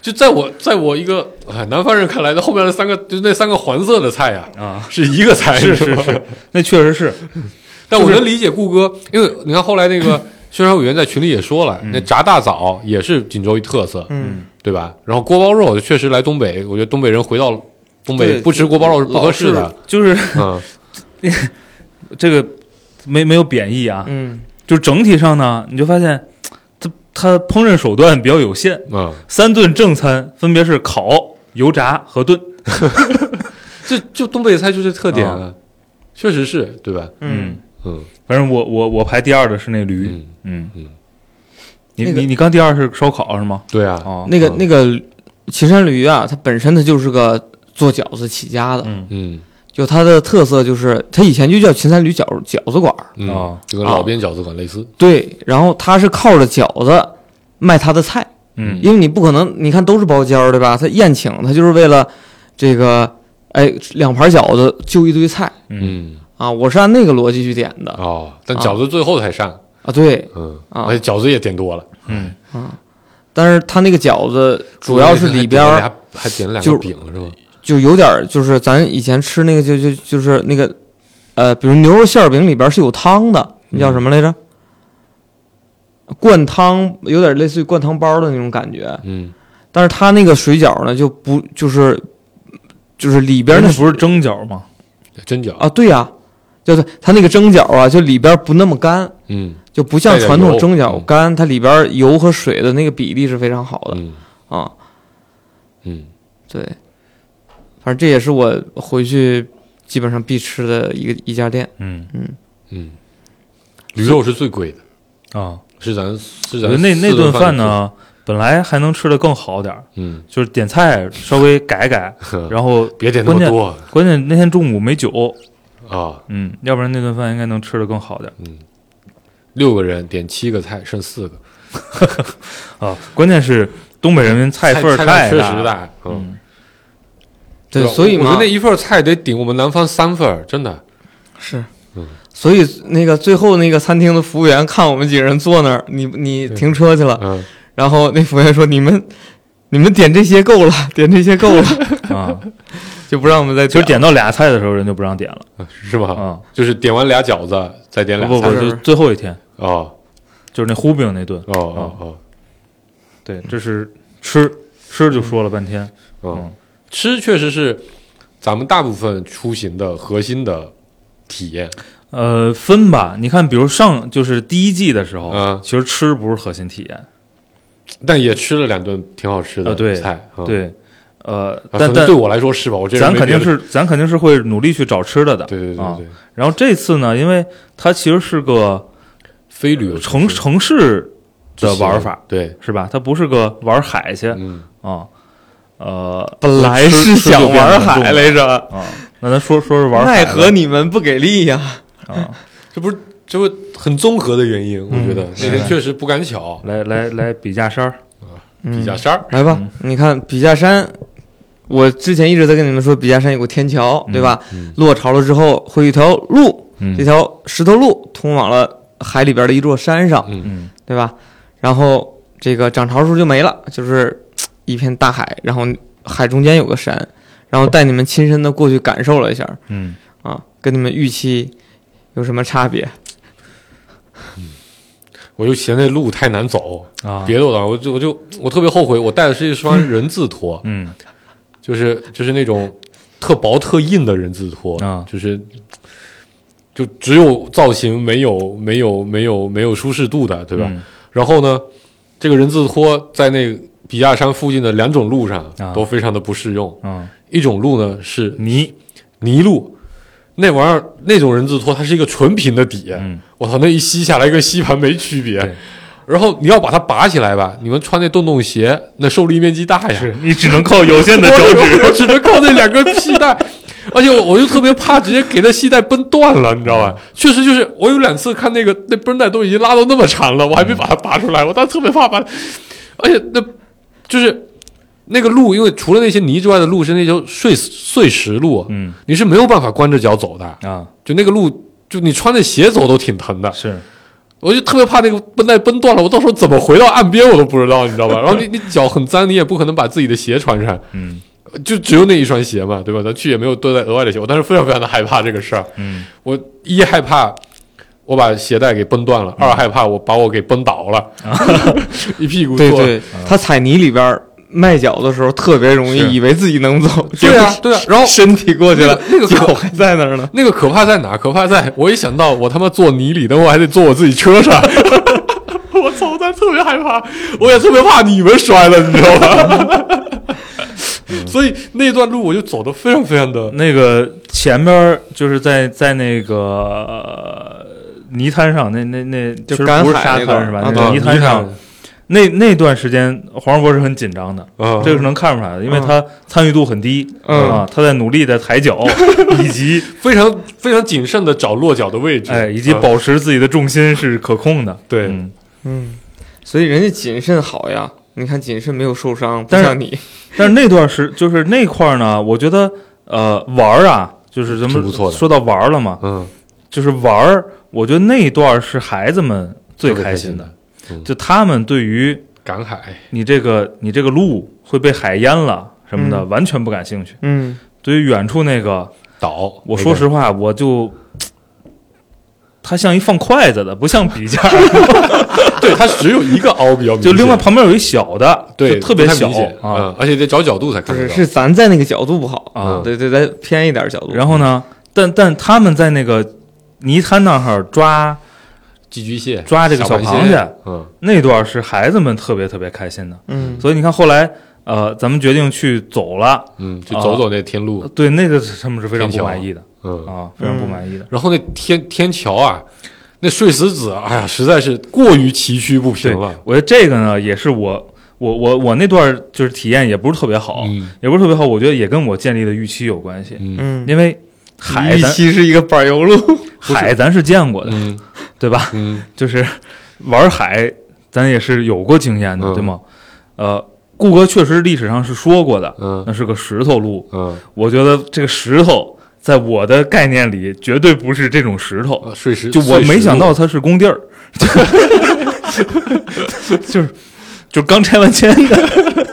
Speaker 5: 就在我在我一个哎南方人看来，那后面的三个就那三个黄色的菜呀、
Speaker 4: 啊
Speaker 5: 是一个菜，
Speaker 4: 是
Speaker 5: 是
Speaker 4: 是
Speaker 5: 吧
Speaker 4: 是，那确实是
Speaker 5: 但我能理解顾哥，因为你看后来那个宣传委员在群里也说了，那炸大枣也是锦州一特色，
Speaker 3: 嗯，
Speaker 5: 对吧？然后锅包肉确实来东北，我觉得东北人回到东北
Speaker 3: 对
Speaker 5: 不吃锅包肉是不合适的，
Speaker 4: 就是
Speaker 5: 嗯
Speaker 4: 这个没没有贬义啊，
Speaker 3: 嗯，
Speaker 4: 就整体上呢，你就发现它它烹饪手段比较有限。
Speaker 5: 嗯，
Speaker 4: 三顿正餐分别是烤、油炸和炖。
Speaker 5: 这就东北菜就这特点啊，确实是对吧？
Speaker 3: 嗯，
Speaker 5: 嗯
Speaker 4: 反正我我我排第二的是那驴。嗯
Speaker 5: 嗯，嗯
Speaker 4: 你
Speaker 3: 那个
Speaker 4: 你你刚第二是烧烤是吗？
Speaker 5: 对啊，
Speaker 4: 哦，
Speaker 3: 那个
Speaker 5: 嗯
Speaker 3: 那个秦山驴啊，它本身它就是个做饺子起家的，
Speaker 4: 嗯
Speaker 5: 嗯
Speaker 3: 就它的特色就是它以前就叫秦山驴饺饺子馆儿，
Speaker 5: 嗯，
Speaker 4: 哦
Speaker 5: 就跟老边饺子馆类似，
Speaker 3: 对，然后它是靠着饺子卖它的菜，
Speaker 4: 嗯
Speaker 3: 因为你不可能，你看都是包间儿对吧？它宴请它就是为了这个，哎，两盘饺子就一堆菜
Speaker 4: 嗯
Speaker 5: 嗯
Speaker 3: 啊，我是按那个逻辑去点的
Speaker 5: 哦，但饺子最后才上，
Speaker 3: 啊，对，
Speaker 5: 嗯，
Speaker 3: 啊
Speaker 5: 而且饺子也点多了，
Speaker 4: 嗯，
Speaker 3: 但是它那个饺子主要是里边儿
Speaker 5: 还点了俩还点了两
Speaker 3: 就呃
Speaker 5: 个饼是吗？
Speaker 3: 就有点儿就是咱以前吃那个就就就是那个，呃，比如牛肉馅儿饼里边儿是有汤的，那叫什么来着？灌汤，有点类似于灌汤包的那种感觉。
Speaker 5: 嗯，
Speaker 3: 但是它那个水饺呢，就不就是就是里边
Speaker 4: 人
Speaker 3: 的
Speaker 4: 家不是蒸饺吗？
Speaker 5: 蒸饺，
Speaker 3: 啊，对呀、就是它那个蒸饺啊，就里边不那么干，
Speaker 5: 嗯
Speaker 3: 就不像
Speaker 5: 带点
Speaker 3: 传统
Speaker 5: 油
Speaker 3: 蒸饺
Speaker 5: 嗯
Speaker 3: 干，它里边油和水的那个比例是非常好的
Speaker 5: 嗯
Speaker 3: 啊。
Speaker 5: 嗯，
Speaker 3: 对，反正这也是我回去基本上必吃的一个一家店。
Speaker 4: 嗯
Speaker 5: 嗯，驴肉是最贵的，
Speaker 4: 啊，
Speaker 5: 是咱是
Speaker 4: 我
Speaker 5: 咱
Speaker 4: 觉得那那
Speaker 5: 四
Speaker 4: 顿
Speaker 5: 顿
Speaker 4: 饭
Speaker 5: 的最，
Speaker 4: 呢，本来还能吃的更好点儿，
Speaker 5: 嗯，
Speaker 4: 就是点菜稍微改改，然后
Speaker 5: 别点那
Speaker 4: 关
Speaker 5: 么
Speaker 4: 键
Speaker 5: 多
Speaker 4: 关键那天中午没酒，
Speaker 5: 啊，
Speaker 4: 嗯，要不然那顿饭应该能吃的更好点
Speaker 5: 六个人点七个菜，剩四个，
Speaker 4: 儿啊。关键是东北人民菜份儿
Speaker 5: 菜
Speaker 4: 太
Speaker 5: 量确实大，嗯。
Speaker 4: 嗯，
Speaker 3: 对，
Speaker 5: 吧
Speaker 3: 所以
Speaker 5: 我
Speaker 3: 嘛
Speaker 5: 们那一份菜得顶我们南方三份儿，真的。
Speaker 3: 是。所以那个最后那个餐厅的服务员看我们几个人坐那儿，你你停车
Speaker 4: 啊
Speaker 3: 去了，
Speaker 5: 嗯，
Speaker 3: 然后那服务员说你们你们点这些够了，点这些够了，
Speaker 4: 啊，
Speaker 3: 就不让我们再
Speaker 4: 其实
Speaker 3: 点
Speaker 4: 点到俩菜的时候人就不让点了
Speaker 5: 是吧？
Speaker 4: 啊，
Speaker 5: 就是点完俩饺子，再点
Speaker 4: 不不
Speaker 5: 俩菜
Speaker 4: 不，
Speaker 3: 菜
Speaker 4: 就
Speaker 3: 是
Speaker 4: 最后一天，
Speaker 5: 哦
Speaker 4: 就是那糊饼那顿
Speaker 5: 哦。哦
Speaker 4: 对，这是吃吃就说了半天，
Speaker 5: 哦哦
Speaker 4: 嗯，
Speaker 5: 吃确实是咱们大部分出行的核心的体验。
Speaker 4: 呃，分吧。你看，比如上就是第一季的时候，
Speaker 5: 嗯
Speaker 4: 其实吃不是核心体验，
Speaker 5: 但也吃了两顿挺好吃的
Speaker 4: 啊对
Speaker 5: 菜，嗯，
Speaker 4: 对，呃，
Speaker 5: 啊
Speaker 4: 但
Speaker 5: 可能
Speaker 4: 但
Speaker 5: 对我来说是吧？我这人
Speaker 4: 咱
Speaker 5: 没
Speaker 4: 肯定
Speaker 5: 别的
Speaker 4: 是咱肯定是会努力去找吃的的，
Speaker 5: 对对对
Speaker 4: 啊
Speaker 5: 对。，
Speaker 4: 然后这次呢，因为它其实是个
Speaker 5: 非旅游
Speaker 4: 城
Speaker 5: 市
Speaker 4: 城市的玩法，
Speaker 5: 对，
Speaker 4: 是吧？它不是个玩海去
Speaker 5: 嗯，
Speaker 4: 啊，呃，
Speaker 3: 本来是想玩海来着，
Speaker 4: 啊。那咱说说是玩海
Speaker 3: 奈
Speaker 4: 吧
Speaker 3: 何你们不给力呀、
Speaker 4: 啊，
Speaker 5: 这不是这不很综合的原因，我觉得那天
Speaker 4: 嗯是
Speaker 5: 确实不赶巧，
Speaker 4: 来来来比价衫儿，
Speaker 5: 比
Speaker 3: 嗯，
Speaker 5: 较山儿，
Speaker 3: 来吧，你看笔架山，我之前一直在跟你们说，笔架山有个天桥，
Speaker 5: 嗯
Speaker 3: 对吧？落潮了之后会有一条路，
Speaker 4: 嗯
Speaker 3: 这条石头路通往了海里边的一座山上，
Speaker 5: 嗯
Speaker 4: 嗯
Speaker 3: 对吧？然后这个涨潮时候就没了，就是嘖一片大海，然后海中间有个山，然后带你们亲身的过去感受了一下
Speaker 4: 嗯，
Speaker 3: 啊，跟你们预期有什么差别？
Speaker 5: 我就嫌那路太难走，
Speaker 4: 啊，
Speaker 5: 别的我倒我就我就我特别后悔，我带的是一双人字拖，
Speaker 4: 嗯
Speaker 5: 就是就是那种特薄特硬的人字拖，
Speaker 4: 啊
Speaker 5: 就是就只有造型没有没有没有没有舒适度的，对吧？
Speaker 4: 嗯
Speaker 5: 然后呢，这个人字拖在那个比亚山附近的两种路上
Speaker 4: 啊
Speaker 5: 都非常的不适用，
Speaker 4: 嗯，
Speaker 5: 一种路呢是
Speaker 4: 泥
Speaker 5: 泥路。那玩意儿，那种人字拖，它是一个纯平的底，
Speaker 4: 嗯
Speaker 5: 我操，那一吸下来跟吸盘没区别
Speaker 4: 对。
Speaker 5: 然后你要把它拔起来吧，你们穿那洞洞鞋，那受力面积大呀，
Speaker 4: 你只能靠有 限的
Speaker 5: 我只我只能靠那两根系带，而且我我就特别怕直接给那系带崩断了，你知道吧？确实就是我有两次看那个那绷带都已经拉到那么长了，我还没把它拔出来，我当时特别怕把，而且那就是那个路，因为除了那些泥之外的路是那种碎碎石路，
Speaker 4: 嗯
Speaker 5: 你是没有办法光着脚走的，
Speaker 4: 啊，
Speaker 5: 就那个路。就你穿着鞋走都挺疼的，
Speaker 4: 是
Speaker 5: 我就特别怕那个绷带绷断了，我到时候怎么回到岸边我都不知道，你 知道吧？然后你你脚很脏，你也不可能把自己的鞋穿上，
Speaker 4: 嗯
Speaker 5: 就只有那一双鞋嘛，对吧？咱去也没有多带额外的鞋，我当时非常非常的害怕这个事儿。
Speaker 4: 嗯
Speaker 5: 我一害怕我把鞋带给崩断了，二害怕我把我给崩倒了， 一屁股
Speaker 3: 啊对
Speaker 5: 坐。
Speaker 3: 对，他踩泥里边儿迈脚的时候特别容
Speaker 5: 是
Speaker 3: 易以为自己能走，
Speaker 5: 对啊
Speaker 3: 结果
Speaker 5: 对啊然后
Speaker 3: 身体过去了，
Speaker 5: 那个那个
Speaker 3: 脚
Speaker 5: 可
Speaker 3: 还在那儿呢。
Speaker 5: 那个可怕在哪？可怕在我一想到我他妈坐泥里，等我还得坐我自己车上， 我操！我当时特别害怕，我也特别怕你们摔了，你知道吧？ 所以那段路我就走的非常非常的
Speaker 4: 那个前边儿就是在在那个呃泥滩上，那那那
Speaker 3: 就
Speaker 4: 其实
Speaker 3: 赶
Speaker 4: 不是
Speaker 3: 海
Speaker 4: 沙
Speaker 3: 那
Speaker 4: 滩
Speaker 3: 段
Speaker 4: 是吧？
Speaker 3: 啊
Speaker 4: 那
Speaker 3: 对
Speaker 4: 个嗯泥滩上
Speaker 5: 啊
Speaker 4: 那那段时间，黄世博是很紧张的，
Speaker 5: 啊
Speaker 4: 这个是能看出来的，因为他参与度很低
Speaker 3: 哦嗯
Speaker 4: 啊，他在努力的 抬脚，以及
Speaker 5: 非常非常谨慎的找落脚的位置，
Speaker 4: 哎，以及
Speaker 3: 哦
Speaker 5: 啊
Speaker 4: 保持自己的重心是可控的。
Speaker 5: 对
Speaker 4: 嗯
Speaker 3: 嗯，所以人家谨慎好呀，你看谨慎没有受伤，不
Speaker 4: 但是
Speaker 3: 像你。
Speaker 4: 但是那段时就是那块儿呢，我觉得呃玩儿啊，就是咱
Speaker 5: 挺
Speaker 4: 们
Speaker 5: 不错的
Speaker 4: 说到玩儿了嘛，
Speaker 5: 嗯，
Speaker 4: 就是玩儿，我觉得那一段是孩子们最
Speaker 5: 特别
Speaker 4: 开
Speaker 5: 开
Speaker 4: 心的，
Speaker 5: 的嗯
Speaker 4: 就他们对于
Speaker 5: 赶海，
Speaker 4: 你这个你这个路会被海淹了什么的、
Speaker 3: 嗯
Speaker 4: 完全不感兴趣。
Speaker 3: 嗯，
Speaker 4: 对于远处那个，
Speaker 5: 岛，
Speaker 4: 我说实话，我 就。他像一放筷子的，不像笔架，
Speaker 5: 那个， 对，它只有一个凹比较明显，
Speaker 4: 就另外旁边有一小的，
Speaker 5: 对
Speaker 4: 就特别
Speaker 5: 不太
Speaker 4: 小
Speaker 5: 明显
Speaker 4: 啊。
Speaker 5: 嗯，而且得找角度才
Speaker 3: 不
Speaker 5: 看得
Speaker 3: 是
Speaker 5: 到。
Speaker 3: 是咱在那个角度不好
Speaker 4: 啊
Speaker 3: 对对，咱偏一点角
Speaker 5: 嗯
Speaker 3: 度。
Speaker 4: 然后呢，但但他们在那个泥滩那儿抓
Speaker 5: 寄居蟹
Speaker 4: 抓这个小螃蟹，
Speaker 5: 嗯，
Speaker 4: 那段是孩子们特别特别开心的。
Speaker 3: 嗯，
Speaker 4: 所以你看后来，呃，咱们决定去走了，
Speaker 5: 嗯，就走走那天路，
Speaker 4: 对那个他们是非常不
Speaker 5: 天桥
Speaker 4: 满意的
Speaker 5: 嗯，
Speaker 4: 啊，非常不满意的。
Speaker 5: 然后那天天桥啊，那碎石子，哎呀，实在是过于崎岖不
Speaker 4: 对
Speaker 5: 平了，，
Speaker 4: 我觉得这个呢，也是我我我我那段就是体验也不是特别好，
Speaker 5: 嗯
Speaker 4: 也不是特别好。我觉得也跟我建立的预期有关系，
Speaker 5: 嗯
Speaker 3: 嗯，
Speaker 4: 因为海
Speaker 3: 预
Speaker 4: 咱
Speaker 3: 期是一个板油路，
Speaker 4: 海咱是见过的，
Speaker 5: 嗯
Speaker 4: 对吧？
Speaker 5: 嗯
Speaker 4: 就是玩海，咱也是有过经验的，
Speaker 5: 嗯
Speaker 4: 对吗？呃，顾哥确实历史上是说过的，
Speaker 5: 嗯
Speaker 4: 那是个石头路。
Speaker 5: 嗯，
Speaker 4: 我觉得这个石头在我的概念里绝对不是这种石头，
Speaker 5: 呃碎石
Speaker 4: 就我
Speaker 5: 碎石
Speaker 4: 没想到
Speaker 5: 路
Speaker 4: 它是工地儿，就是 就是刚拆完迁的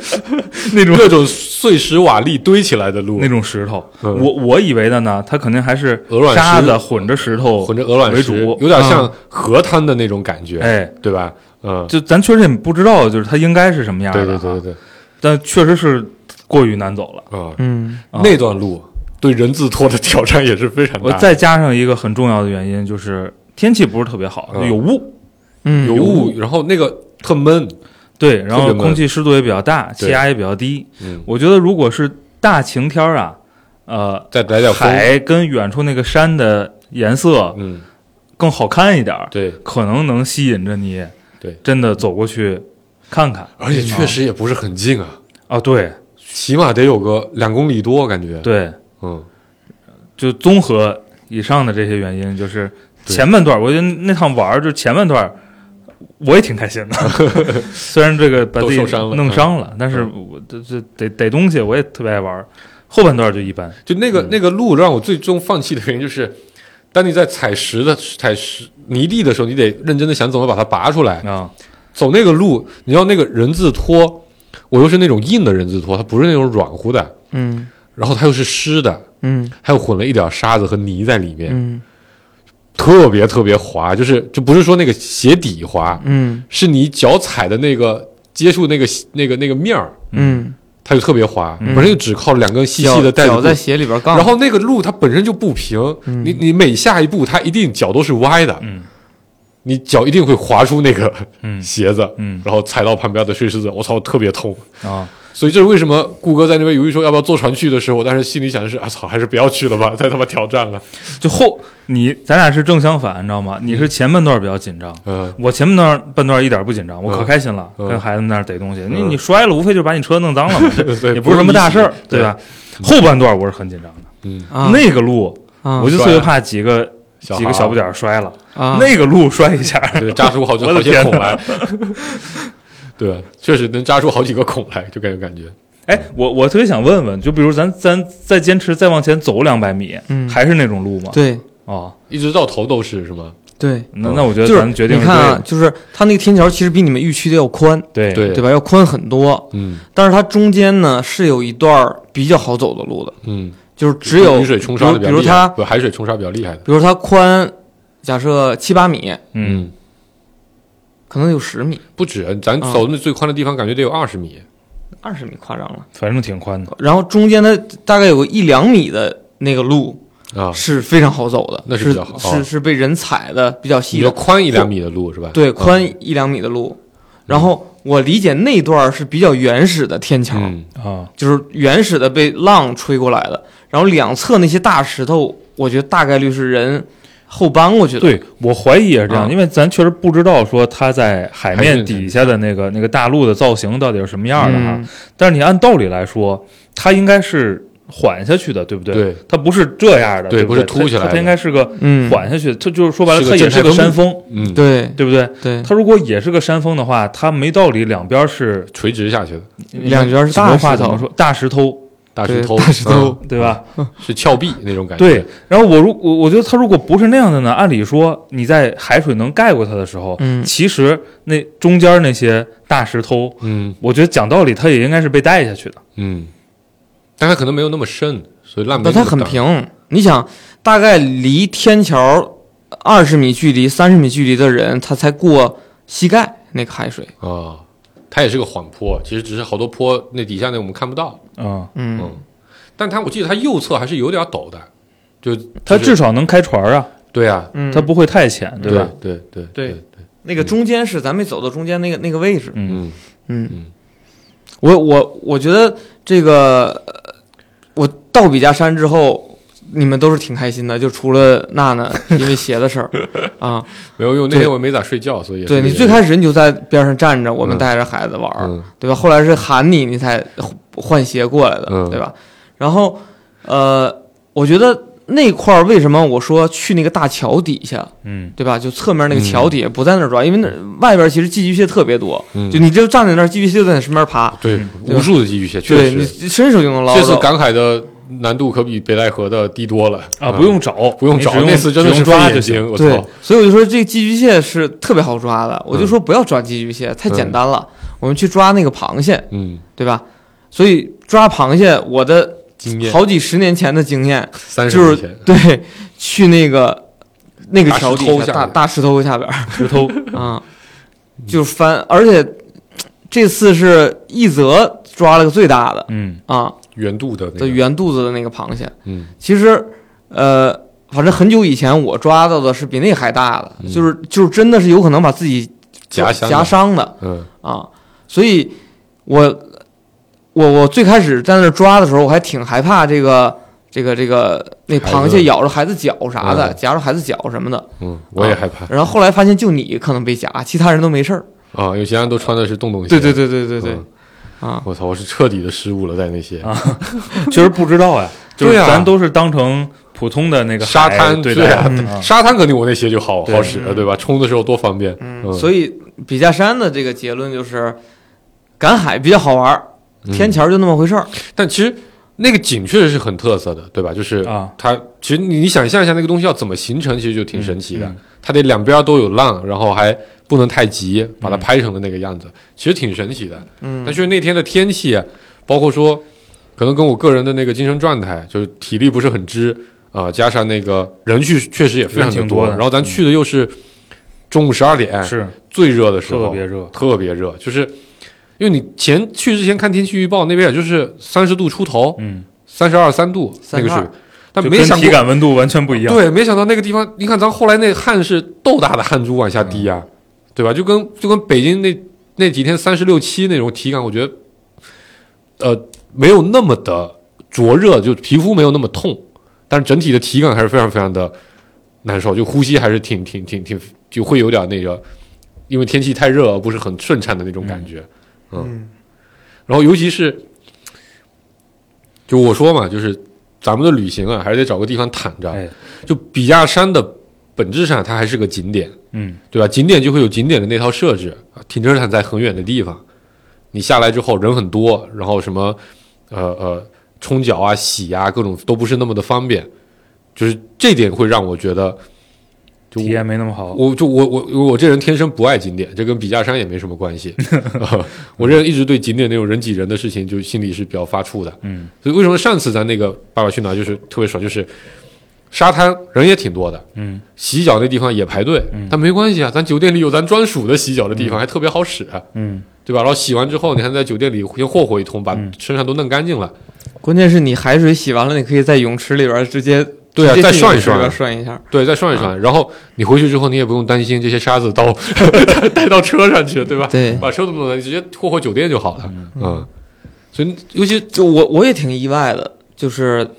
Speaker 4: 那种
Speaker 5: 各种碎石瓦砾堆起来的路
Speaker 4: 那，种石头。
Speaker 5: 嗯
Speaker 4: 我我以为的呢，它肯定还是
Speaker 5: 鹅卵石
Speaker 4: 沙子混着石头
Speaker 5: 混着鹅卵石
Speaker 4: 为主，嗯
Speaker 5: 有点像河滩的那种感觉，
Speaker 4: 哎，
Speaker 5: 对吧？嗯，
Speaker 4: 就咱确实也不知道，就是它应该是什么样的
Speaker 5: 对
Speaker 4: 啊，
Speaker 5: 对对对对，
Speaker 4: 但确实是过于难走了。
Speaker 5: 啊，
Speaker 3: 嗯
Speaker 4: 啊
Speaker 5: 那段路对人字拖的挑战也是非常
Speaker 4: 我
Speaker 5: 大。
Speaker 4: 再加上一个很重要的原因，就是天气不是特别好，
Speaker 5: 嗯
Speaker 4: 有雾，
Speaker 3: 嗯，
Speaker 5: 有雾，然后那个特闷，
Speaker 4: 对，然
Speaker 5: 特
Speaker 4: 后
Speaker 5: 别闷
Speaker 4: 空气湿度也比较大，
Speaker 5: 对
Speaker 4: 气压也比较低。
Speaker 5: 嗯，
Speaker 4: 我觉得如果是大晴天儿啊，呃，
Speaker 5: 再来点风，
Speaker 4: 海跟远处那个山的颜色
Speaker 5: 嗯，
Speaker 4: 更好看一点儿，
Speaker 5: 对，
Speaker 4: 可能能吸引着你，
Speaker 5: 对
Speaker 4: 真的走过去看看
Speaker 5: 而且确实也不是很近啊，
Speaker 4: 啊，对
Speaker 5: 起码得有个两公里多，感觉。，
Speaker 4: 对，
Speaker 5: 嗯，
Speaker 4: 就综合以上的这些原因，就是
Speaker 5: 对
Speaker 4: 前半段儿，我觉得那趟玩儿，就是前半段儿，我也挺开心的。 虽然这个把自己
Speaker 5: 都受伤了嗯
Speaker 4: 弄伤了，但是我这这得逮东西，我也特别爱玩儿。后半段儿就一般，
Speaker 5: 就那个
Speaker 3: 嗯
Speaker 5: 那个路让我最终放弃的原因就是，当你在踩石的踩石泥地的时候，你得认真的想怎么把它拔出
Speaker 3: 嗯
Speaker 5: 来。
Speaker 4: 啊，
Speaker 5: 走那个路，你要那个人字拖，我又是那种硬的人字拖，它不是那种软乎的，
Speaker 3: 嗯
Speaker 5: 然后它又是湿的，
Speaker 3: 嗯
Speaker 5: 还有混了一点沙子和泥在里面，
Speaker 3: 嗯
Speaker 5: 特别特别滑，就是就不是说那个鞋底滑，
Speaker 3: 嗯
Speaker 5: 是你脚踩的那个接触那个那个那个面儿，
Speaker 3: 嗯，
Speaker 5: 它就特别滑，
Speaker 4: 嗯
Speaker 5: 本身就只靠两根细
Speaker 3: 脚
Speaker 5: 细的带子
Speaker 3: 脚
Speaker 5: 固
Speaker 3: 在
Speaker 5: 定。
Speaker 3: 鞋里边杠，
Speaker 5: 然后那个路它本身就不平，你你每下一步它一定脚都是歪的，
Speaker 4: 嗯
Speaker 5: 你脚一定会滑出那个
Speaker 4: 嗯
Speaker 5: 鞋子，
Speaker 4: 嗯
Speaker 5: 然后踩到旁边的碎石子，我操，特别痛。
Speaker 4: 啊，
Speaker 5: 所以这是为什么顾哥在那边犹豫说要不要坐船去的时候，我当时心里想的是啊操，还是不要去了吧， 太他妈挑战了。
Speaker 4: 就后你咱俩是正相反，你知道吗？你是前半段儿比较紧张。
Speaker 5: 嗯，
Speaker 4: 我前半段儿半段儿一点儿不紧张，我可
Speaker 5: 嗯
Speaker 4: 开心了，
Speaker 5: 嗯
Speaker 4: 跟孩子们那儿逮东西。你你摔了，无非就是把你车弄脏了嘛，这
Speaker 5: 对
Speaker 4: 也不是什么大事儿，
Speaker 5: 不是你
Speaker 4: 对吧？后半段儿我是很紧张的，
Speaker 5: 嗯，
Speaker 3: 啊
Speaker 4: 那个路
Speaker 3: 啊
Speaker 4: 我就特
Speaker 5: 摔
Speaker 4: 别
Speaker 5: 了
Speaker 4: 怕几个
Speaker 5: 小
Speaker 4: 几
Speaker 5: 孩儿
Speaker 4: 个小不点儿摔了，
Speaker 3: 啊
Speaker 4: 那个路摔一下，
Speaker 5: 对，扎出好几
Speaker 4: 我
Speaker 5: 好
Speaker 4: 的
Speaker 5: 几
Speaker 4: 天
Speaker 5: 孔
Speaker 4: 哪
Speaker 5: 来。 对，啊确实能扎出好几个孔来，就感觉感觉。
Speaker 4: 哎，我我特别想问问，就比如咱咱再坚持再往前走两百米，
Speaker 3: 嗯
Speaker 4: 还是那种路吗？，
Speaker 3: 对
Speaker 4: 哦，
Speaker 5: 一直到头都是是吗？
Speaker 3: 对，
Speaker 4: 那
Speaker 5: 嗯
Speaker 4: 那我觉得
Speaker 3: 就是
Speaker 4: 咱决定
Speaker 3: 你
Speaker 4: 是
Speaker 3: 看啊，就是它那个天桥其实比你们预期的要宽，
Speaker 4: 对
Speaker 5: 对
Speaker 3: 对吧？要宽很多，
Speaker 5: 嗯
Speaker 3: 但是它中间呢是有一段儿比较好走的路的，
Speaker 5: 嗯，
Speaker 3: 就是只有
Speaker 5: 雨水冲刷的
Speaker 3: 比
Speaker 5: 比
Speaker 3: 如比如
Speaker 5: 较厉害，
Speaker 3: 它，
Speaker 5: 不海水冲刷比较厉害的。
Speaker 3: 比如它宽，假设七八米，
Speaker 4: 嗯，，
Speaker 3: 可能有十米、
Speaker 5: 不止，咱
Speaker 3: 啊
Speaker 5: 走那最宽的地方感觉得有二十米。
Speaker 3: 二十米，夸张了。
Speaker 4: 反正挺宽的，
Speaker 3: 然后中间它大概有个一两米的那个路
Speaker 5: 啊，
Speaker 3: 是非常好走的，
Speaker 5: 那是
Speaker 3: 是
Speaker 5: 比较好
Speaker 3: 是
Speaker 5: 哦
Speaker 3: 是被人踩的比较细
Speaker 5: 比较
Speaker 3: 的，
Speaker 5: 宽一两米的路是吧？
Speaker 3: 对，
Speaker 5: 嗯
Speaker 3: 宽一两米的路。然后我理解那段儿是比较原始的天桥。
Speaker 5: 嗯
Speaker 4: 啊，
Speaker 3: 就是原始的被浪吹过来的，然后两侧那些大石头，我觉得大概率是人后搬过去的。，
Speaker 4: 对我怀疑也是这样，
Speaker 3: 啊
Speaker 4: 因为咱确实不知道说它在海
Speaker 5: 海
Speaker 4: 面
Speaker 5: 面
Speaker 4: 底下的那个那个大陆的造型到底是什么样的哈。
Speaker 3: 嗯
Speaker 4: 但是你按道理来说，它应该是缓下去的，对不对？
Speaker 5: 对，
Speaker 4: 它不是这样的，
Speaker 5: 对
Speaker 4: 对，
Speaker 5: 不是凸起来
Speaker 4: 它
Speaker 5: 的
Speaker 4: 它应该是个
Speaker 3: 嗯，
Speaker 4: 缓下去，它就是说白了，
Speaker 5: 是个
Speaker 4: 它也是
Speaker 5: 正
Speaker 4: 个
Speaker 5: 常的
Speaker 4: 山
Speaker 5: 路
Speaker 4: 峰，
Speaker 5: 嗯，
Speaker 3: 对
Speaker 4: 对不对？
Speaker 3: 对，
Speaker 4: 它如果也是个山峰的话，它没道理两边是
Speaker 5: 垂直下去的
Speaker 3: 两边是大
Speaker 4: 什么话
Speaker 3: 石头
Speaker 4: 怎么说大石头，
Speaker 5: 大
Speaker 3: 对
Speaker 5: 石头，
Speaker 3: 大石头
Speaker 5: 嗯
Speaker 4: 对吧？
Speaker 5: 是峭壁那种感觉。
Speaker 4: 对，。然后我如我我觉得它如果不是那样的呢，按理说你在海水能盖过它的时候，
Speaker 3: 嗯
Speaker 4: 其实那中间那些大石头，
Speaker 5: 嗯
Speaker 4: 我觉得讲道理它也应该是被带下去的。
Speaker 5: 嗯，但它可能没有那么深，所以烂
Speaker 3: 那
Speaker 5: 没那
Speaker 3: 它
Speaker 5: 么
Speaker 3: 很
Speaker 5: 大。
Speaker 3: 平。你想，大概离天桥二十米距离、三十米距离的人，他才过膝盖那个海水。
Speaker 5: 啊，它也是个缓坡，其实只是好多坡那底下那我们看不到，
Speaker 4: 嗯，
Speaker 3: 嗯，
Speaker 5: 嗯，但它我记得它右侧还是有点陡的，就
Speaker 4: 它
Speaker 5: 就是
Speaker 4: 至少能开船啊，
Speaker 5: 对啊，
Speaker 3: 嗯，
Speaker 4: 它不会太浅，
Speaker 5: 对
Speaker 4: 吧？
Speaker 5: 对对
Speaker 3: 对那个中间是咱没走到中间那个那个位置。
Speaker 4: 嗯，
Speaker 5: 嗯
Speaker 3: 嗯，
Speaker 5: 嗯
Speaker 3: 我我我觉得这个呃我到笔架山之后，你们都是挺开心的，就除了娜娜因为鞋的 事儿啊。
Speaker 5: 没有用，那
Speaker 3: 对
Speaker 5: 天我没咋睡觉，所以也
Speaker 3: 对
Speaker 5: 是
Speaker 3: 你
Speaker 5: 也
Speaker 3: 最开始你就在边上站着，我们
Speaker 5: 嗯
Speaker 3: 带着孩子玩儿，
Speaker 5: 嗯
Speaker 3: 对吧？后来是喊你，你才换鞋过来的，
Speaker 5: 嗯
Speaker 3: 对吧？然后呃，我觉得那块儿为什么我说去那个大桥底下，
Speaker 4: 嗯，
Speaker 3: 对吧？就侧面那个桥底下不在那儿抓，因为那外边其实寄居蟹特别多，
Speaker 5: 嗯
Speaker 3: 就你就站在那儿，寄居蟹就在你身边爬，
Speaker 4: 啊
Speaker 5: 对
Speaker 4: 嗯
Speaker 3: 对
Speaker 5: 无数的寄居蟹，确
Speaker 3: 对你
Speaker 5: 实
Speaker 3: 伸手就能捞
Speaker 5: 这次
Speaker 3: 到。
Speaker 5: 赶海的难度可比北戴河的低多了
Speaker 4: 啊，不用找，
Speaker 5: 不用
Speaker 4: 你
Speaker 5: 找，
Speaker 4: 只用
Speaker 5: 那次真的
Speaker 4: 只
Speaker 5: 是
Speaker 4: 用抓
Speaker 5: 翻
Speaker 4: 就
Speaker 5: 眼
Speaker 4: 行。
Speaker 5: 睛，我
Speaker 3: 对
Speaker 5: 操，，
Speaker 3: 所以我就说这寄居蟹是特别好抓的，我就说不要抓寄居蟹，太简单了。我们去抓那个螃蟹，
Speaker 5: 嗯，
Speaker 3: 对吧？所以抓螃蟹，我的
Speaker 5: 经验
Speaker 3: 好几十年前的经验
Speaker 5: 三十
Speaker 3: 就
Speaker 5: 年
Speaker 3: 是
Speaker 5: 前，
Speaker 3: 对去那个那个
Speaker 5: 大石
Speaker 3: 桥底
Speaker 5: 头
Speaker 3: 下
Speaker 5: 下
Speaker 3: 大
Speaker 5: 面
Speaker 3: 大石头下边，
Speaker 4: 石头，
Speaker 3: 啊，就是翻，而且这次是一泽抓了个最大的
Speaker 4: 嗯，
Speaker 3: 啊，
Speaker 5: 圆肚的
Speaker 3: 的
Speaker 5: 那个，
Speaker 3: 圆肚子的那个螃蟹。
Speaker 5: 嗯
Speaker 3: 其实，呃，反正很久以前我抓到的是比那个还大的，
Speaker 5: 嗯
Speaker 3: 就是就是真的是有可能把自己
Speaker 5: 夹
Speaker 3: 夹
Speaker 5: 箱
Speaker 3: 夹
Speaker 5: 的
Speaker 3: 伤的
Speaker 5: 嗯
Speaker 3: 啊，所以我我我最开始在那儿抓的时候，我还挺害怕这个。这个这个那螃
Speaker 5: 孩
Speaker 3: 蟹
Speaker 5: 子
Speaker 3: 咬着孩子脚啥的，
Speaker 5: 嗯
Speaker 3: 夹着孩子脚什么的，啊
Speaker 5: 嗯，我也
Speaker 4: 啊
Speaker 5: 害怕
Speaker 3: 然后后来发现就你可能被夹，其他人都没事儿。
Speaker 5: 啊，有些人都穿的是洞洞鞋，
Speaker 3: 对对对对对对，
Speaker 5: 嗯
Speaker 3: 啊，
Speaker 5: 我操，我是彻底的失误了，在那些
Speaker 4: 啊其实不知道 呀，就是
Speaker 5: 对啊
Speaker 4: 咱都是当成普通的那个
Speaker 5: 沙
Speaker 4: 海
Speaker 5: 滩，
Speaker 4: 对
Speaker 5: 对
Speaker 4: 待
Speaker 5: 啊
Speaker 4: 的啊
Speaker 5: 沙滩肯定我那鞋就好
Speaker 4: 对嗯
Speaker 5: 好使了，对吧？冲的时候多方便，
Speaker 3: 嗯，所以笔架山的这个结论就是，赶海比较好玩儿，
Speaker 5: 以
Speaker 3: 天桥就那么回事儿。
Speaker 5: 但其实那个景确实是很特色的，对吧？就是
Speaker 4: 啊
Speaker 5: 它其实你你想象一下那个东西要怎么形成，其实就挺神奇的。
Speaker 4: 嗯嗯
Speaker 5: 它得两边都有浪，然后还不能太急，把它拍成了那个
Speaker 4: 嗯
Speaker 5: 样子，其实挺神奇的。
Speaker 3: 嗯
Speaker 5: 但就是那天的天气，包括说，可能跟我个人的那个精神状态，就是体力不是很支啊、加上那个人去确实也非常
Speaker 4: 人
Speaker 5: 的
Speaker 4: 挺多的嗯
Speaker 5: 然后咱去的又是中午十二点，
Speaker 4: 是
Speaker 5: 最热的时候，
Speaker 4: 特别热，
Speaker 5: 特别热，就是因为你前去之前看天气预报，那边也就是三十度出头，
Speaker 4: 嗯，
Speaker 5: 三十二三度那个
Speaker 3: 32
Speaker 5: 水平，但
Speaker 4: 就
Speaker 5: 没
Speaker 4: 跟
Speaker 5: 想
Speaker 4: 体
Speaker 5: 过，
Speaker 4: 感温度完全不一样。
Speaker 5: 对，没想到那个地方，你看咱后来那汗是豆大的汗珠往下滴呀、
Speaker 4: 嗯
Speaker 5: 对吧？就跟就跟北京那那几天三十六七那种体感，我觉得，呃，没有那么的灼热，就皮肤没有那么痛，但是整体的体感还是非常非常的难受，就呼吸还是挺挺挺挺就会有点那个，因为天气太热不是很顺畅的那种感觉。
Speaker 3: 嗯
Speaker 5: 然后尤其是，就我说嘛，就是咱们的旅行啊，还是得找个地方躺着。
Speaker 4: 哎，
Speaker 5: 就笔架山的本质上，它还是个景点，
Speaker 4: 嗯，
Speaker 5: 对吧？景点就会有景点的那套设置，啊停车场在很远的地方，你下来之后人很多，然后什么，呃呃，冲脚啊、洗啊，各种都不是那么的方便，就是这点会让我觉得，就
Speaker 4: 体
Speaker 5: 我
Speaker 4: 验没那么好。
Speaker 5: 哦我就我我我这人天生不爱景点，这跟笔架山也没什么关系。啊我这人一直对景点那种人挤人的事情，就心里是比较发怵的。
Speaker 4: 嗯，
Speaker 5: 所以为什么上次咱那个《爸爸去哪儿》就是特别爽，就是沙滩人也挺多的，
Speaker 4: 嗯，
Speaker 5: 洗脚那地方也排队，但没关系啊，咱酒店里有咱专属的洗脚的地方，还特别好使、啊
Speaker 4: 嗯，
Speaker 5: 对吧？然后洗完之后，你还在酒店里先霍霍一通，把身上都弄干净了。
Speaker 3: 关键是你海水洗完了，你可以在泳池里边儿直接
Speaker 5: 对啊
Speaker 3: 直接
Speaker 5: 再
Speaker 3: 进
Speaker 5: 涮一
Speaker 3: 泳池里
Speaker 5: 涮
Speaker 3: 边儿涮一下。
Speaker 5: 对，再涮一
Speaker 3: 嗯
Speaker 5: 涮，然后你回去之后，你也不用担心这些沙子到 带到车上去，对吧？
Speaker 3: 对
Speaker 5: 把车都弄来，你直接霍霍酒店就好了。嗯，所以尤其
Speaker 3: 就我我也挺意外的，就是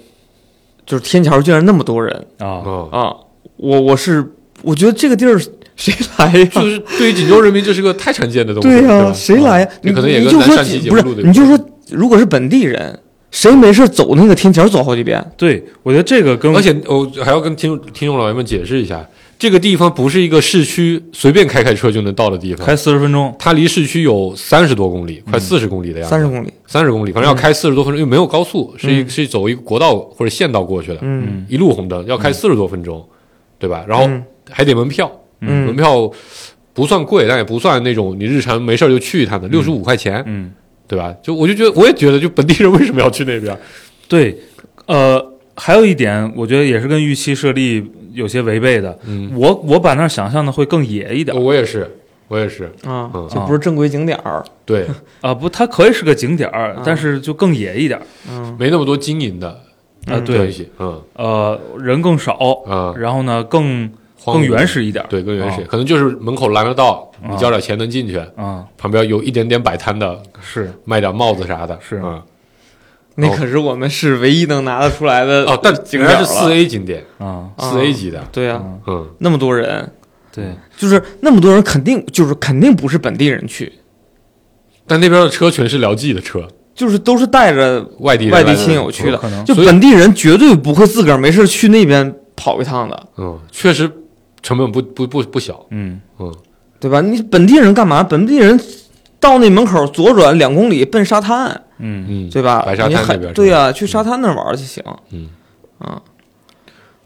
Speaker 3: 就是天桥居然那么多人
Speaker 4: 啊，
Speaker 5: 啊，
Speaker 3: 啊！我我是我觉得这个地儿谁来呀？
Speaker 5: 就是对于锦州人民，这是个太常见的东西，
Speaker 3: 对
Speaker 5: 对
Speaker 3: 呀、
Speaker 5: 吧啊嗯
Speaker 3: 谁来呀、你
Speaker 5: 这可能也
Speaker 3: 你
Speaker 5: 跟
Speaker 3: 就
Speaker 5: 咱
Speaker 3: 说
Speaker 5: 上期
Speaker 3: 几
Speaker 5: 节
Speaker 3: 不
Speaker 5: 目
Speaker 3: 是
Speaker 5: 录的，有
Speaker 3: 你就
Speaker 5: 关
Speaker 3: 说如果是本地人，谁没事走那个天桥走好几遍？
Speaker 4: 对，我觉得这
Speaker 3: 嗯
Speaker 4: 个跟
Speaker 5: 而且我还要跟听听众老爷们解释一下，这个地方不是一个市区随便开开车就能到的地方
Speaker 4: 开，四十分钟，
Speaker 5: 它离市区有三十多公里，快四十公里的样子，
Speaker 3: 三十嗯公里，
Speaker 5: 三十公里，反正要开四十多分钟，因为没有高速，是一是走一个国道或者县道过去的，
Speaker 3: 嗯
Speaker 5: 一路红灯，要开四十多分钟，对吧？然后
Speaker 3: 嗯
Speaker 5: 还得门票，
Speaker 3: 嗯
Speaker 5: 门票不算贵，但也不算那种你日常没事儿就去一趟的，六十五块钱，
Speaker 4: 嗯，
Speaker 5: 对吧？就我就觉得，我也觉得，就本地人为什么要去那边？
Speaker 4: 对，呃，还有一点，我觉得也是跟预期设立有些违背的。
Speaker 5: 嗯，哦
Speaker 4: 我我把那儿想象的会更野一点，
Speaker 5: 我也是，我也是，
Speaker 3: 啊
Speaker 5: 嗯，
Speaker 3: 就不是正规景点儿，
Speaker 5: 对，
Speaker 4: 啊，不，它可以是个景点
Speaker 5: 啊
Speaker 4: 儿，但是就更野一点儿
Speaker 3: 嗯
Speaker 5: 没那么多经营的
Speaker 4: 啊，
Speaker 5: 东
Speaker 4: 对，
Speaker 5: 西，嗯
Speaker 4: 呃，人更少，
Speaker 5: 啊，
Speaker 4: 然后呢更
Speaker 5: 荒芜
Speaker 4: 更原始一点儿，
Speaker 5: 对，更原始，
Speaker 4: 啊
Speaker 5: 可能就是门口拦个道，你
Speaker 4: 啊
Speaker 5: 交点钱能进去，
Speaker 4: 啊，
Speaker 5: 旁边有一点点摆摊的，
Speaker 4: 是
Speaker 5: 卖点帽子啥的，
Speaker 4: 是
Speaker 5: 啊，
Speaker 3: 那可是我们是唯一能拿得出来的
Speaker 5: 哦，但
Speaker 3: 景
Speaker 5: 人
Speaker 3: 点儿
Speaker 5: 家是
Speaker 3: 了
Speaker 5: 四 A 景点，
Speaker 4: 啊，
Speaker 3: 啊
Speaker 5: 四 A 级的，
Speaker 3: 对呀、
Speaker 4: 嗯
Speaker 5: 嗯，
Speaker 3: 那么多人，
Speaker 4: 对，
Speaker 3: 就是那么多人，肯定就是肯定不是本地人去，
Speaker 5: 但那边的车全是辽记的车，
Speaker 3: 就是都是带着
Speaker 5: 外地人
Speaker 3: 外
Speaker 5: 来
Speaker 3: 地
Speaker 5: 的
Speaker 3: 亲友去
Speaker 4: 有
Speaker 3: 的
Speaker 4: 可，能
Speaker 3: 就
Speaker 5: 所以
Speaker 3: 本地人绝对不会自个儿没事去那边跑一趟的，
Speaker 5: 嗯，确实成本不不不不小，
Speaker 4: 嗯，
Speaker 5: 嗯，
Speaker 3: 对吧？你本地人干嘛？本地人到那门口左转两公里奔沙滩，
Speaker 4: 嗯，
Speaker 5: 嗯，
Speaker 3: 对吧？
Speaker 5: 白沙
Speaker 3: 你
Speaker 5: 滩
Speaker 3: 还
Speaker 5: 那边是吧
Speaker 3: 对啊呀、去沙滩那儿玩儿就行。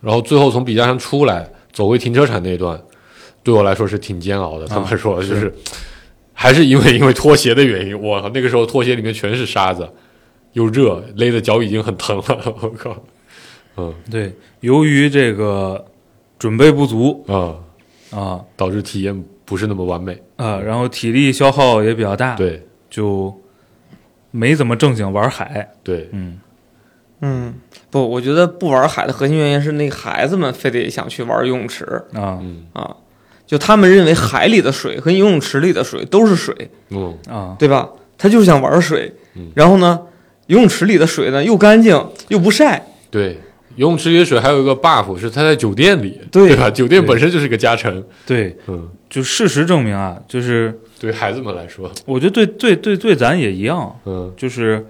Speaker 5: 然后最后从笔架山出来，走回停车场那一段，对我来说是挺煎熬
Speaker 3: 啊
Speaker 5: 的。他们说就是，还是因为因为拖鞋的原因，我靠，那个时候拖鞋里面全是沙子，又热，勒的脚已经很疼了。 我靠，
Speaker 4: 对，由于这个准备不足
Speaker 5: 啊，
Speaker 4: 啊
Speaker 5: 导致体验不是那么完美。
Speaker 4: 啊，然后体力消耗也比较
Speaker 3: 啊
Speaker 4: 大，，
Speaker 5: 对
Speaker 4: 就没怎么正经玩海，
Speaker 5: 对，
Speaker 4: 嗯，
Speaker 3: 嗯，不，我觉得不玩海的核心原因是那个孩子们非得想去玩游泳池
Speaker 4: 啊
Speaker 5: 嗯
Speaker 3: 啊，就他们认为海里的水和游泳池里的水都是水，
Speaker 5: 嗯
Speaker 4: 啊，
Speaker 3: 对吧？他就是想玩水
Speaker 5: 嗯，
Speaker 3: 然后呢，游泳池里的水呢又干净又不晒，
Speaker 5: 对。游泳池里的水还有一个 buff 是它在酒店里，
Speaker 3: 对
Speaker 5: 吧？酒店
Speaker 4: 对
Speaker 5: 本身就是个加成，
Speaker 4: 对，
Speaker 5: 嗯，
Speaker 4: 就事实证明啊，就是
Speaker 5: 对孩子们来说，
Speaker 4: 我觉得对对对对，咱也一样，
Speaker 5: 嗯，
Speaker 4: 就是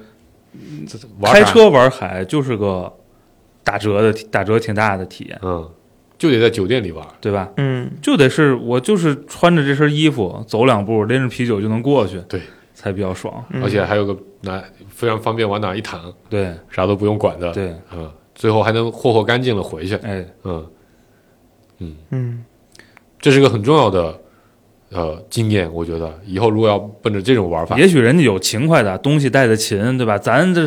Speaker 5: 这玩
Speaker 4: 开
Speaker 5: 啥，
Speaker 4: 车玩海就是个打折的打折挺大的体验，
Speaker 5: 嗯，就得在酒店里玩，
Speaker 4: 对吧？
Speaker 3: 嗯，
Speaker 4: 就得是我就是穿着这身衣服走两步，拎着啤酒就能过去，
Speaker 5: 对，
Speaker 4: 才比较爽。
Speaker 3: 嗯
Speaker 5: 而且还有个拿非常方便往哪一躺，
Speaker 4: 对
Speaker 5: 啥都不用管的。，
Speaker 4: 对，
Speaker 5: 嗯，最后还能霍霍干净了回去。
Speaker 4: 哎，
Speaker 5: 嗯，
Speaker 3: 嗯
Speaker 5: 这是个很重要的呃经验，我觉得以后如果要奔着这种玩法，
Speaker 4: 也许人家有勤快的，东西带的勤，对吧？咱这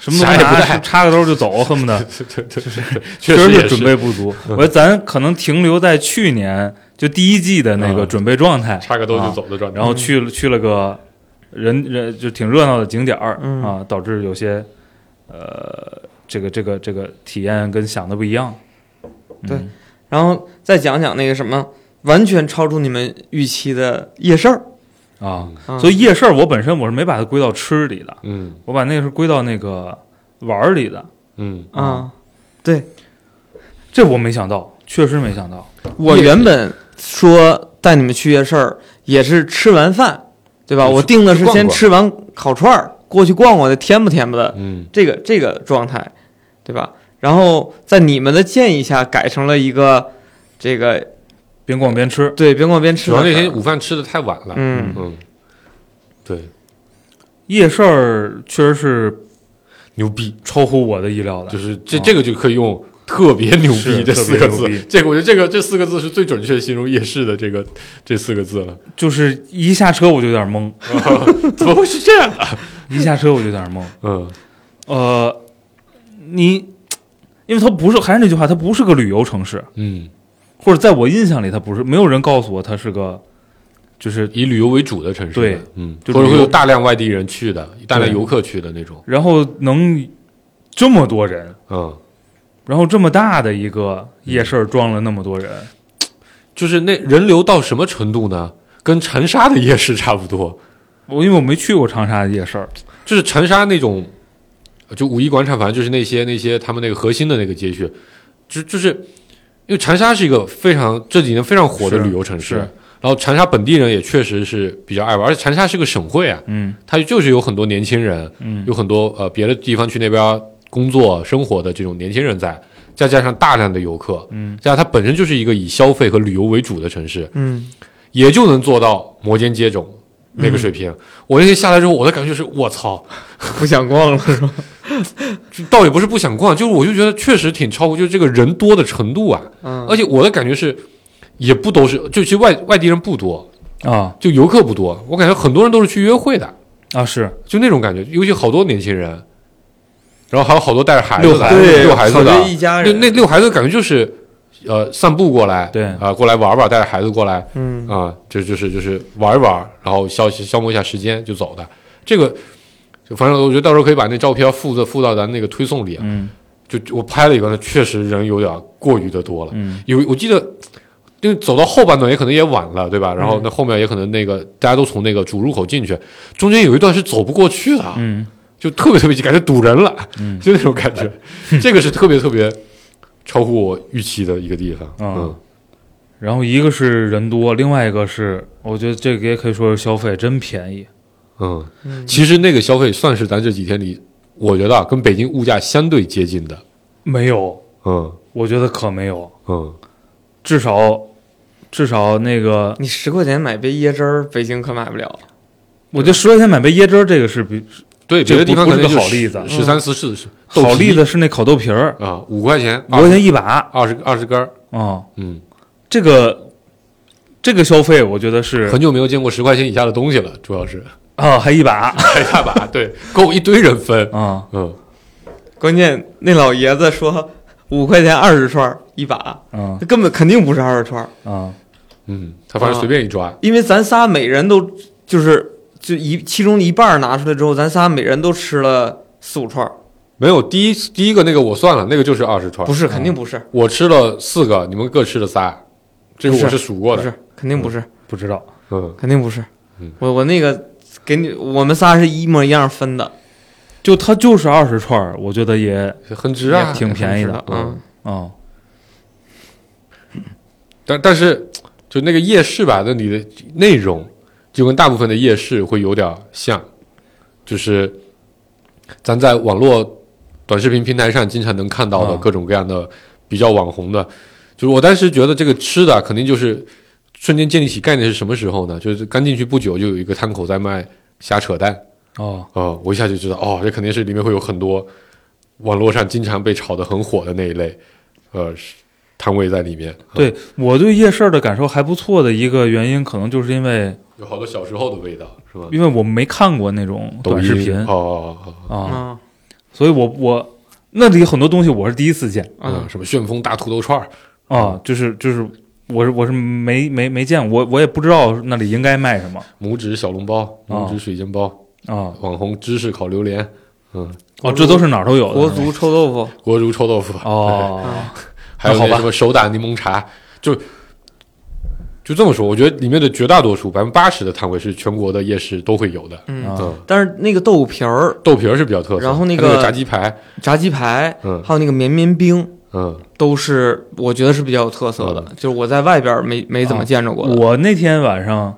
Speaker 4: 什么都
Speaker 5: 啥也不
Speaker 4: 拿
Speaker 5: 带
Speaker 4: 插个兜就走，恨不得
Speaker 5: 对 对对，
Speaker 4: 确
Speaker 5: 确实也
Speaker 4: 是
Speaker 5: 是
Speaker 4: 准备不 足。我说咱可能停留在去年就第一季的那个
Speaker 5: 嗯
Speaker 4: 准备状态，
Speaker 5: 插个兜
Speaker 4: 啊
Speaker 5: 就走的状态。
Speaker 4: 然后去了去了个人人就挺热闹的景点儿、
Speaker 3: 嗯
Speaker 4: 啊，导致有些呃这个这个这个体验跟想的不一样。
Speaker 3: 对，然后再讲讲那个什么完全超出你们预期的夜市儿，
Speaker 4: 啊，
Speaker 3: 嗯
Speaker 4: 所以夜市儿我本身我是没把它归到吃里的，
Speaker 5: 嗯
Speaker 4: 我把那个是归到那个玩儿里的，
Speaker 5: 嗯，
Speaker 3: 啊，对，
Speaker 4: 这我没想到，确实没想到。
Speaker 3: 我原本说带你们去夜市儿，也是吃完饭，对吧？
Speaker 5: 对
Speaker 3: 我定的是
Speaker 5: 去
Speaker 3: 先
Speaker 5: 逛逛
Speaker 3: 吃完烤串儿，嗯过去逛逛的，填吧填吧的，
Speaker 5: 嗯
Speaker 3: 这个这个状态，对吧？然后在你们的建议下，改成了一个这个
Speaker 4: 边逛边吃，
Speaker 3: 对边逛边吃的
Speaker 5: 主要
Speaker 3: 事儿。
Speaker 5: 那天午饭吃的太晚了。
Speaker 3: 嗯
Speaker 5: 嗯，对，
Speaker 4: 夜市儿确实是
Speaker 5: 牛逼，
Speaker 4: 超乎我的意料的，
Speaker 5: 就是这这个就可以用。特别牛逼
Speaker 4: 嗯是
Speaker 5: 这四个字
Speaker 4: 特别牛逼，
Speaker 5: 这个我觉得这个这四个字是最准确形容夜市的这个这四个字了。
Speaker 4: 就是一下车我就有点懵，
Speaker 5: 怎么会是这样的？
Speaker 4: 一下车我就有点懵。
Speaker 5: 嗯，
Speaker 4: 呃，你因为它不是，还是那句话，它不是个旅游城市，
Speaker 5: 嗯，
Speaker 4: 或者在我印象里，它不是，没有人告诉我它是个，就是，
Speaker 5: 以旅游为主的城市，
Speaker 4: 对，
Speaker 5: 嗯，
Speaker 4: 就
Speaker 5: 或者
Speaker 4: 旅游
Speaker 5: 会有大量外地人去的，大量
Speaker 4: 对
Speaker 5: 游客去的那种，
Speaker 4: 然后能这么多人，
Speaker 5: 嗯，
Speaker 4: 然后这么大的一个夜市儿装了那么多人，
Speaker 5: 就是那人流到什么程度呢？跟长沙的夜市差不多，
Speaker 4: 我因为我没去过长沙的夜市儿，
Speaker 5: 就是长沙那种，就五一广场，反正就是那些那些他们那个核心的那个街区，就就是因为长沙是一个非常这几年非常火的
Speaker 4: 是
Speaker 5: 旅游城市
Speaker 4: 是，
Speaker 5: 然后长沙本地人也确实是比较爱玩，而且长沙是个省会啊，
Speaker 4: 嗯
Speaker 5: 它就是有很多年轻人，
Speaker 4: 嗯
Speaker 5: 有很多呃别的地方去那边工作生活的这种年轻人在，再加上大量的游客，
Speaker 4: 嗯，
Speaker 5: 加上它本身就是一个以消费和旅游为主的城市，
Speaker 3: 嗯，
Speaker 5: 也就能做到摩肩接踵那
Speaker 4: 嗯
Speaker 5: 个水平。我那天下来之后，我的感觉是，我操，
Speaker 3: 不想逛了是吧？
Speaker 5: 就倒也不是不想逛，就是我就觉得确实挺超乎，就是这个人多的程度啊，
Speaker 3: 嗯，
Speaker 5: 而且我的感觉是，也不都是，就其实外外地人不多，
Speaker 4: 啊
Speaker 5: 就游客不多，我感觉很多人都是去约会的。
Speaker 4: 啊是
Speaker 5: 就那种感觉，尤其好多年轻人，然后还有好多带着孩子
Speaker 4: 遛
Speaker 5: 的，
Speaker 4: 孩子
Speaker 5: 遛孩子的
Speaker 3: 对，一家
Speaker 5: 那
Speaker 3: 人
Speaker 5: 那遛孩子的感觉就是呃散步过来，
Speaker 4: 对
Speaker 5: 啊、过来玩玩，带着孩子过来，
Speaker 3: 嗯
Speaker 5: 啊、就就是就是玩一玩，然后消消磨一下时间就走的。这个，就反正我觉得到时候可以把那照片附的附到咱那个推送里啊。
Speaker 4: 嗯
Speaker 5: 就就我拍了一个，确实人有点过于的多了。
Speaker 4: 嗯，
Speaker 5: 有我记得，因为走到后半段也可能也晚了，对吧？然
Speaker 4: 嗯
Speaker 5: 后那后面也可能那个大家都从那个主入口进去，中间有一段是走不过去的啊，
Speaker 4: 嗯
Speaker 5: 就特别特别挤，感觉堵人了，就那种感 觉。这个是特别特别超乎我预期的一个地方。
Speaker 4: 啊
Speaker 5: 嗯，
Speaker 4: 然后一个是人多，另外一个是我觉得这个也可以说是消费真便宜。
Speaker 5: 嗯，其实那个消费算是咱这几天里，我觉得啊，跟北京物价相对接近的。
Speaker 4: 没有，
Speaker 5: 嗯
Speaker 4: 我觉得可没有，
Speaker 5: 嗯，
Speaker 4: 至少至少那个，
Speaker 3: 你十块钱买杯椰汁儿，北京可买不了。
Speaker 4: 我觉得十块钱买杯椰汁儿这个是比
Speaker 5: 对，
Speaker 4: 这
Speaker 5: 别的地方
Speaker 4: 不
Speaker 5: 可
Speaker 4: 不是
Speaker 5: 能
Speaker 4: 个
Speaker 5: 就
Speaker 4: 好例子嗯
Speaker 5: 十三四四是
Speaker 4: 好例子是那烤豆皮儿，
Speaker 5: 啊，五块钱，
Speaker 4: 五块钱一把，
Speaker 5: 二十二十根儿，
Speaker 4: 嗯，
Speaker 5: 嗯，
Speaker 4: 这个这个消费我觉得是
Speaker 5: 很久没有见过十块钱以下的东西了，主要 是
Speaker 4: 啊、还一把，
Speaker 5: 还大把，对， 够一堆人分，
Speaker 4: 啊、
Speaker 5: 嗯，
Speaker 3: 关键那老爷子说五块钱二十串儿一把，
Speaker 4: 嗯
Speaker 3: 根本肯定不是二十串儿，
Speaker 4: 嗯
Speaker 5: 嗯，他反正随便一抓，
Speaker 3: 因为咱仨每人都就是就一其中一半儿拿出来之后，咱仨每人都吃了四五串儿，
Speaker 5: 没有第一第一个那个我算了，那个就是二十串，
Speaker 3: 不是肯定不是，
Speaker 5: 我吃了四个，你们各吃了仨，这个
Speaker 3: 不是
Speaker 5: 我是数过
Speaker 3: 不
Speaker 5: 的，
Speaker 3: 是肯定不是，
Speaker 4: 不知道，
Speaker 5: 嗯，
Speaker 3: 肯定不是
Speaker 5: 嗯。
Speaker 3: 我我那个给你，我们仨是一模一样分的，
Speaker 4: 就它就是二十串儿，我觉得也
Speaker 5: 很值啊，
Speaker 4: 挺便宜的
Speaker 3: 的，嗯，
Speaker 4: 嗯
Speaker 5: 但但是就那个夜市吧，那里的内容就跟大部分的夜市会有点像，就是咱在网络短视频平台上经常能看到的
Speaker 4: 啊
Speaker 5: 各种各样的比较网红的，就是我当时觉得这个吃的肯定就是瞬间建立起概念是什么时候呢？就是刚进去不久就有一个摊口在卖瞎扯淡，
Speaker 4: 哦
Speaker 5: 哦，我一下就知道，哦，这肯定是里面会有很多网络上经常被炒得很火的那一类，呃，是摊位在里面。啊
Speaker 4: 对我对夜市儿的感受还不错的一个原因，可能就是因为
Speaker 5: 有好多小时候的味道，是吧？
Speaker 4: 因为我没看过那种
Speaker 5: 呃抖
Speaker 4: 短
Speaker 5: 音
Speaker 4: 视频
Speaker 5: 哦
Speaker 4: 啊、
Speaker 5: 哦哦哦，
Speaker 3: 啊
Speaker 4: 所以我我那里很多东西我是第一次见
Speaker 5: 嗯，
Speaker 3: 啊，
Speaker 5: 什么旋风大土豆串儿，
Speaker 4: 啊、就是就是我是我是没没没见过，我我也不知道那里应该卖什么
Speaker 5: 拇指小笼包，拇指水煎包，
Speaker 4: 啊
Speaker 5: 网红芝士烤榴莲，嗯，
Speaker 4: 哦，这都是哪儿都有的
Speaker 3: 国足臭豆腐，
Speaker 5: 国足臭豆腐，
Speaker 4: 哦，
Speaker 5: 还有
Speaker 4: 那好
Speaker 5: 那
Speaker 4: 吧
Speaker 5: 什么手打柠檬茶，就就这么说，我觉得里面的绝大多数百分之八十的摊位是全国的夜市都会有的。
Speaker 3: 嗯，
Speaker 4: 啊
Speaker 5: 嗯，
Speaker 3: 但是那个豆腐皮儿、
Speaker 5: 豆皮儿是比较特色，
Speaker 3: 然后那
Speaker 5: 还有那
Speaker 3: 个
Speaker 5: 炸鸡排，
Speaker 3: 炸鸡排，
Speaker 5: 嗯
Speaker 3: 还有那个绵绵冰，
Speaker 5: 嗯，
Speaker 3: 都是我觉得是比较有特色的，
Speaker 4: 嗯
Speaker 3: 就是我在外边儿没没怎么见着过的
Speaker 4: 我那天晚上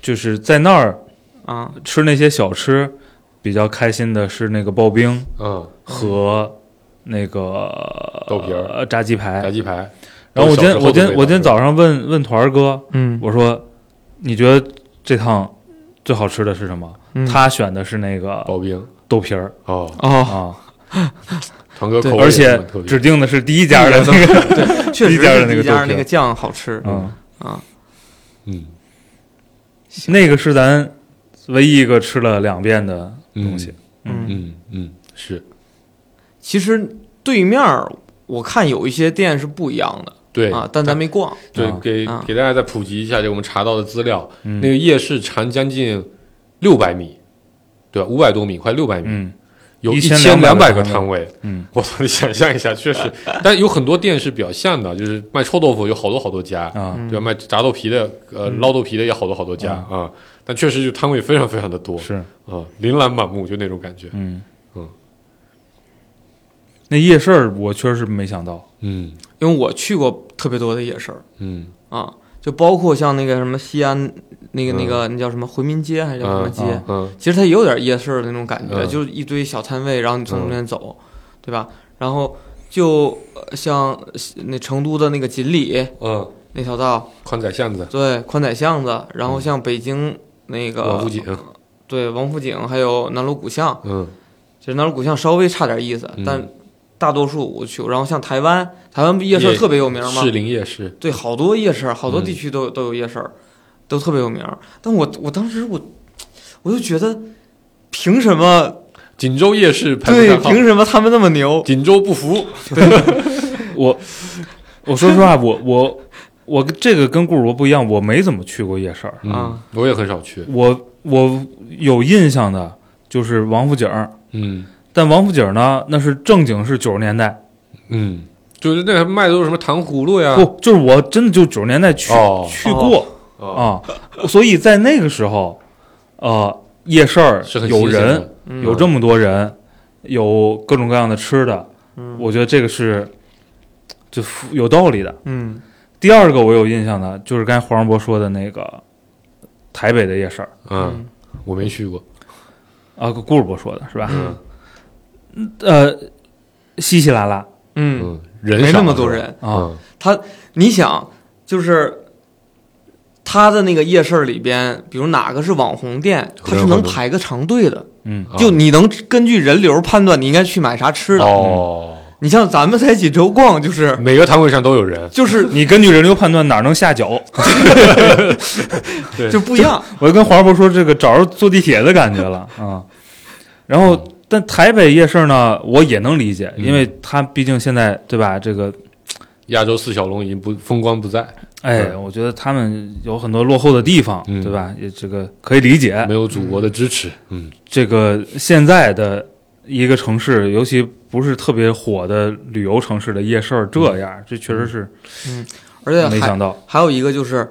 Speaker 4: 就是在那儿
Speaker 3: 啊。
Speaker 4: 吃那些小吃，比较开心的是那个刨冰
Speaker 5: 嗯，
Speaker 4: 和那个
Speaker 5: 豆皮儿
Speaker 4: 呃炸鸡
Speaker 5: 炸
Speaker 4: 排。
Speaker 5: 鸡排。
Speaker 4: 然后我今天
Speaker 5: 都
Speaker 4: 我
Speaker 5: 是小时候的
Speaker 4: 今天
Speaker 5: 味道
Speaker 4: 我今天早上问问团儿哥，
Speaker 3: 嗯，
Speaker 4: 我说你觉得这趟最好吃的是什么？
Speaker 3: 嗯
Speaker 4: 他选的是那个
Speaker 5: 刨冰
Speaker 4: 豆皮儿
Speaker 5: 哦，
Speaker 3: 哦，
Speaker 4: 啊，
Speaker 5: 堂哥口味
Speaker 4: 而
Speaker 5: 也
Speaker 4: 且
Speaker 5: 蛮特别
Speaker 4: 指定的是第一家的那个，
Speaker 3: 确实
Speaker 4: 第一家的
Speaker 3: 是
Speaker 4: 那个
Speaker 3: 第一家
Speaker 4: 豆皮
Speaker 3: 那个酱好吃
Speaker 4: 嗯，
Speaker 3: 啊。
Speaker 5: 嗯
Speaker 4: 那个是咱唯一一个吃了两遍的东西。
Speaker 3: 嗯
Speaker 5: 嗯嗯是
Speaker 3: 其实对面儿我看有一些店是不一样的
Speaker 5: 对
Speaker 3: 啊，但咱没逛。
Speaker 5: 对，
Speaker 4: 啊
Speaker 5: 给
Speaker 3: 啊
Speaker 5: 给大家再普及一下，就我们查到的资料，
Speaker 4: 嗯
Speaker 5: 那个夜市长将近六百米，对吧？五百多米，快六百米，
Speaker 4: 嗯
Speaker 5: 有一
Speaker 4: 1200
Speaker 5: 千两百
Speaker 4: 个
Speaker 5: 个
Speaker 4: 摊
Speaker 5: 摊位。
Speaker 4: 嗯
Speaker 5: 我操，你想象一下，确实，但有很多店是比较像的，就是卖臭豆腐有好多好多家，
Speaker 4: 啊，
Speaker 5: 对吧？卖炸豆皮的，呃，
Speaker 3: 嗯
Speaker 5: 捞豆皮的也好多好多家啊、但确实就摊位非常非常的多，啊、
Speaker 4: 是
Speaker 5: 琳琅满目，就那种感觉。
Speaker 4: 嗯
Speaker 5: 嗯。
Speaker 4: 那夜市儿我确实是没想到，
Speaker 5: 嗯
Speaker 3: 因为我去过特别多的夜市儿
Speaker 5: 嗯
Speaker 3: 啊，就包括像那个什么西安那个
Speaker 5: 嗯
Speaker 3: 那个那叫什么回民街还是叫什么街，
Speaker 4: 嗯
Speaker 5: 嗯
Speaker 3: 其实它也有点夜市儿的那种感觉，
Speaker 5: 嗯
Speaker 3: 就是一堆小摊位，然后你从中间走，对吧？然后就呃像呃那成都的那个锦里
Speaker 5: 嗯，
Speaker 3: 那条道，
Speaker 5: 宽窄巷子，
Speaker 3: 对，宽窄巷子，然后像北京那个
Speaker 5: 王府井，
Speaker 3: 对王府井，还有南锣鼓巷，
Speaker 5: 嗯
Speaker 3: 其实南锣鼓巷稍微差点意思，
Speaker 5: 嗯
Speaker 3: 但大多数我去过。然后像台湾，台湾不夜市
Speaker 5: 夜
Speaker 3: 特别有名吗？
Speaker 5: 士林夜市，
Speaker 3: 对，好多夜市，好多
Speaker 5: 嗯
Speaker 3: 地区都有、都有夜市，都特别有名。但我我当时我我就觉得，凭什么
Speaker 5: 锦州夜市排不
Speaker 3: 对
Speaker 5: 上，号
Speaker 3: 凭什么他们那么牛？
Speaker 5: 锦州不服，
Speaker 4: 我我说实话，我我我这个跟顾主播不一样，我没怎么去过夜市儿。
Speaker 5: 嗯
Speaker 3: 啊，
Speaker 5: 我也很少去。
Speaker 4: 我我有印象的就是王府井儿，
Speaker 5: 嗯
Speaker 4: 但王府井儿呢，那是正经是九十年代，
Speaker 5: 嗯，就是那还卖的都是什么糖葫芦呀
Speaker 4: 不、？就是我真的就九十年代去、
Speaker 5: 嗯哦
Speaker 4: 去过
Speaker 5: 啊，
Speaker 4: 啊、所以在那个时候，呃，夜市儿
Speaker 5: 是很
Speaker 4: 有
Speaker 5: 新鲜
Speaker 4: 人，
Speaker 5: 的
Speaker 3: 嗯
Speaker 4: 有这么多人，有各种各样的吃的，
Speaker 3: 嗯
Speaker 4: 我觉得这个是就符有道理的。
Speaker 3: 嗯
Speaker 4: 第二个我有印象的就是刚才黄世博说的那个台北的夜市儿
Speaker 5: 嗯，我没去过。
Speaker 4: 啊，顾世博说的是吧？
Speaker 5: 嗯
Speaker 4: 呃，稀稀拉拉
Speaker 3: 嗯，
Speaker 5: 嗯，人
Speaker 3: 没
Speaker 5: 少
Speaker 3: 那么多
Speaker 5: 是吧
Speaker 3: 人。
Speaker 4: 啊，
Speaker 5: 嗯
Speaker 3: 你想，就是他的那个夜市里边，比如哪个是网红店，他是能排个长队的，
Speaker 4: 嗯，
Speaker 5: 啊
Speaker 3: 就你能根据人流判断你应该去买啥吃的。
Speaker 5: 哦，
Speaker 3: 你像咱们在锦州逛，就是
Speaker 5: 每个摊位上都有人，
Speaker 3: 就是
Speaker 4: 你根据人流判断哪儿能下脚，
Speaker 5: 对
Speaker 3: 就不一样。
Speaker 4: 我就跟华博说这个找着坐地铁的感觉了啊。然后，但台北夜市呢，我也能理解，
Speaker 5: 嗯
Speaker 4: 因为它毕竟现在对吧？这个，
Speaker 5: 亚洲四小龙已经不风光不再，
Speaker 4: 哎，
Speaker 5: 嗯
Speaker 4: 我觉得他们有很多落后的地方，
Speaker 5: 嗯
Speaker 4: 对吧？也这个可以理解
Speaker 5: 没。有祖国的支持。嗯
Speaker 4: 这个现在的一个城市，尤其不是特别火的旅游城市的夜市儿这样，
Speaker 5: 嗯
Speaker 4: 这确实是
Speaker 3: 而且
Speaker 4: 没
Speaker 3: 还
Speaker 4: 想到。
Speaker 3: 还有一个就是，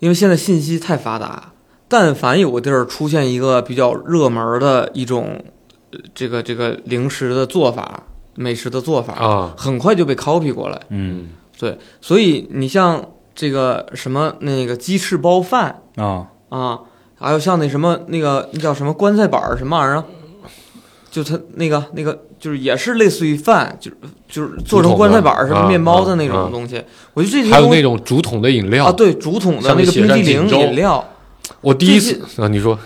Speaker 3: 因为现在信息太发达，但凡有个地儿出现一个比较热门的一种呃这个这个零食的做法、美食的做法，
Speaker 5: 啊，
Speaker 3: 很快就被 copy 过来。
Speaker 4: 嗯
Speaker 3: 所以你像这个什么那个鸡翅包饭
Speaker 5: 嗯
Speaker 4: 啊，
Speaker 3: 啊，还有像那什么那个那叫什么棺材板儿什么玩意儿啊，就它那个那个就是也是类似于饭，就是就是做成棺材板儿什
Speaker 5: 竹筒的
Speaker 3: 么面包的那
Speaker 5: 啊啊
Speaker 3: 种东西。我觉得这些
Speaker 5: 还有
Speaker 3: 东
Speaker 5: 那
Speaker 3: 西
Speaker 5: 种竹筒的饮料
Speaker 3: 啊，，对竹筒的
Speaker 5: 上
Speaker 3: 那
Speaker 5: 面
Speaker 3: 个
Speaker 5: 写
Speaker 3: 冰
Speaker 5: 着
Speaker 3: 激凌
Speaker 5: 锦州
Speaker 3: 饮料，
Speaker 5: 我第一次啊，你说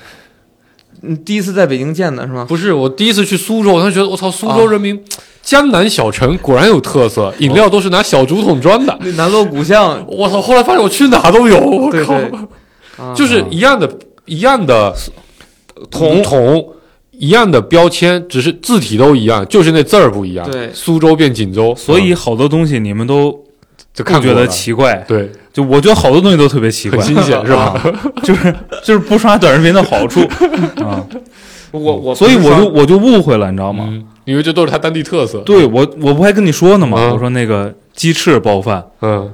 Speaker 3: 你第一次在北京见的是吗？
Speaker 5: 不是？我第一次去苏州，我当时觉得我操，苏
Speaker 3: 啊
Speaker 5: 州人民，江南小城果然有特色，饮料都是拿小竹筒装的。
Speaker 3: 那南锣鼓巷，
Speaker 5: 我操！后来发现我去哪都有，我
Speaker 3: 对
Speaker 5: 靠，
Speaker 3: 对啊
Speaker 5: 就是一样的，一样的铜铜。一样的标签，只是字体都一样，就是那字儿不一样。
Speaker 3: 对
Speaker 5: 苏州变锦州，
Speaker 4: 所以
Speaker 5: 嗯
Speaker 4: 好多东西你们都不
Speaker 5: 就看
Speaker 4: 觉
Speaker 5: 过
Speaker 4: 得
Speaker 5: 了
Speaker 4: 奇怪，
Speaker 5: 对，
Speaker 4: 就我觉得好多东西都特别奇怪啊
Speaker 5: 很，新鲜是吧？
Speaker 4: 就是就是不刷短视频的 好处啊，
Speaker 3: 我我
Speaker 4: 所以
Speaker 3: 不是
Speaker 4: 我就
Speaker 3: 说
Speaker 4: 我就误会了，你知道吗？
Speaker 5: 嗯，因为这都是它当地特色。
Speaker 4: 对我我不还跟你说呢吗？
Speaker 5: 嗯
Speaker 4: 我说那个鸡翅包饭，
Speaker 5: 嗯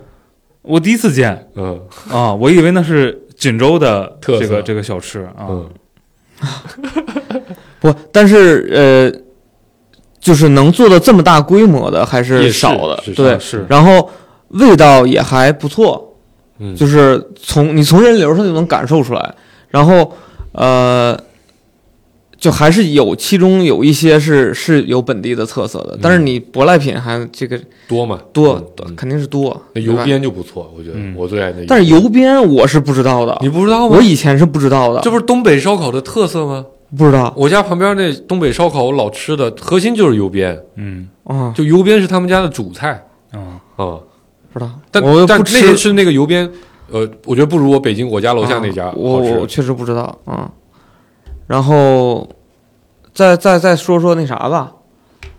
Speaker 4: 我第一次见
Speaker 5: 嗯
Speaker 4: 啊，我以为那是锦州的
Speaker 5: 特
Speaker 4: 这
Speaker 5: 色
Speaker 4: 个这个小吃啊，
Speaker 5: 嗯，
Speaker 3: 不，但是呃，就是能做到这么大规模的还
Speaker 5: 夜
Speaker 3: 是
Speaker 5: 市
Speaker 3: 少的
Speaker 5: 是，
Speaker 3: 对
Speaker 5: 是。
Speaker 4: 是
Speaker 3: 然后味道也还不错，
Speaker 5: 嗯
Speaker 3: 就是从你从人流上就能感受出来。然后呃，就还是有其中有一些是是有本地的特色的，但是你舶来品还这个
Speaker 5: 多嘛
Speaker 3: 多，
Speaker 5: 嗯嗯
Speaker 3: 肯定是多。
Speaker 5: 那
Speaker 3: 对
Speaker 5: 油
Speaker 3: 吧，
Speaker 5: 边就不错，我觉得
Speaker 4: 嗯
Speaker 5: 我最爱那。
Speaker 3: 但是油边我是不知道的，
Speaker 5: 你不知道吗
Speaker 3: 我？以前是不知道的，
Speaker 5: 这不是东北烧烤的特色吗？
Speaker 3: 不知道
Speaker 5: 我家旁边那东北烧烤，我老吃的核心就是油边，
Speaker 4: 嗯
Speaker 3: 啊，
Speaker 5: 就油边是他们家的主菜
Speaker 4: 啊
Speaker 5: 啊。
Speaker 3: 不知道。
Speaker 5: 但
Speaker 3: 我又
Speaker 5: 但
Speaker 3: 不
Speaker 5: 那
Speaker 3: 吃
Speaker 5: 天吃那个油边，呃，我觉得不如我北京我家楼下那家
Speaker 3: 啊我
Speaker 5: 好
Speaker 3: 我
Speaker 5: 吃。
Speaker 3: 确实不知道啊、然后，再再再说说那啥吧，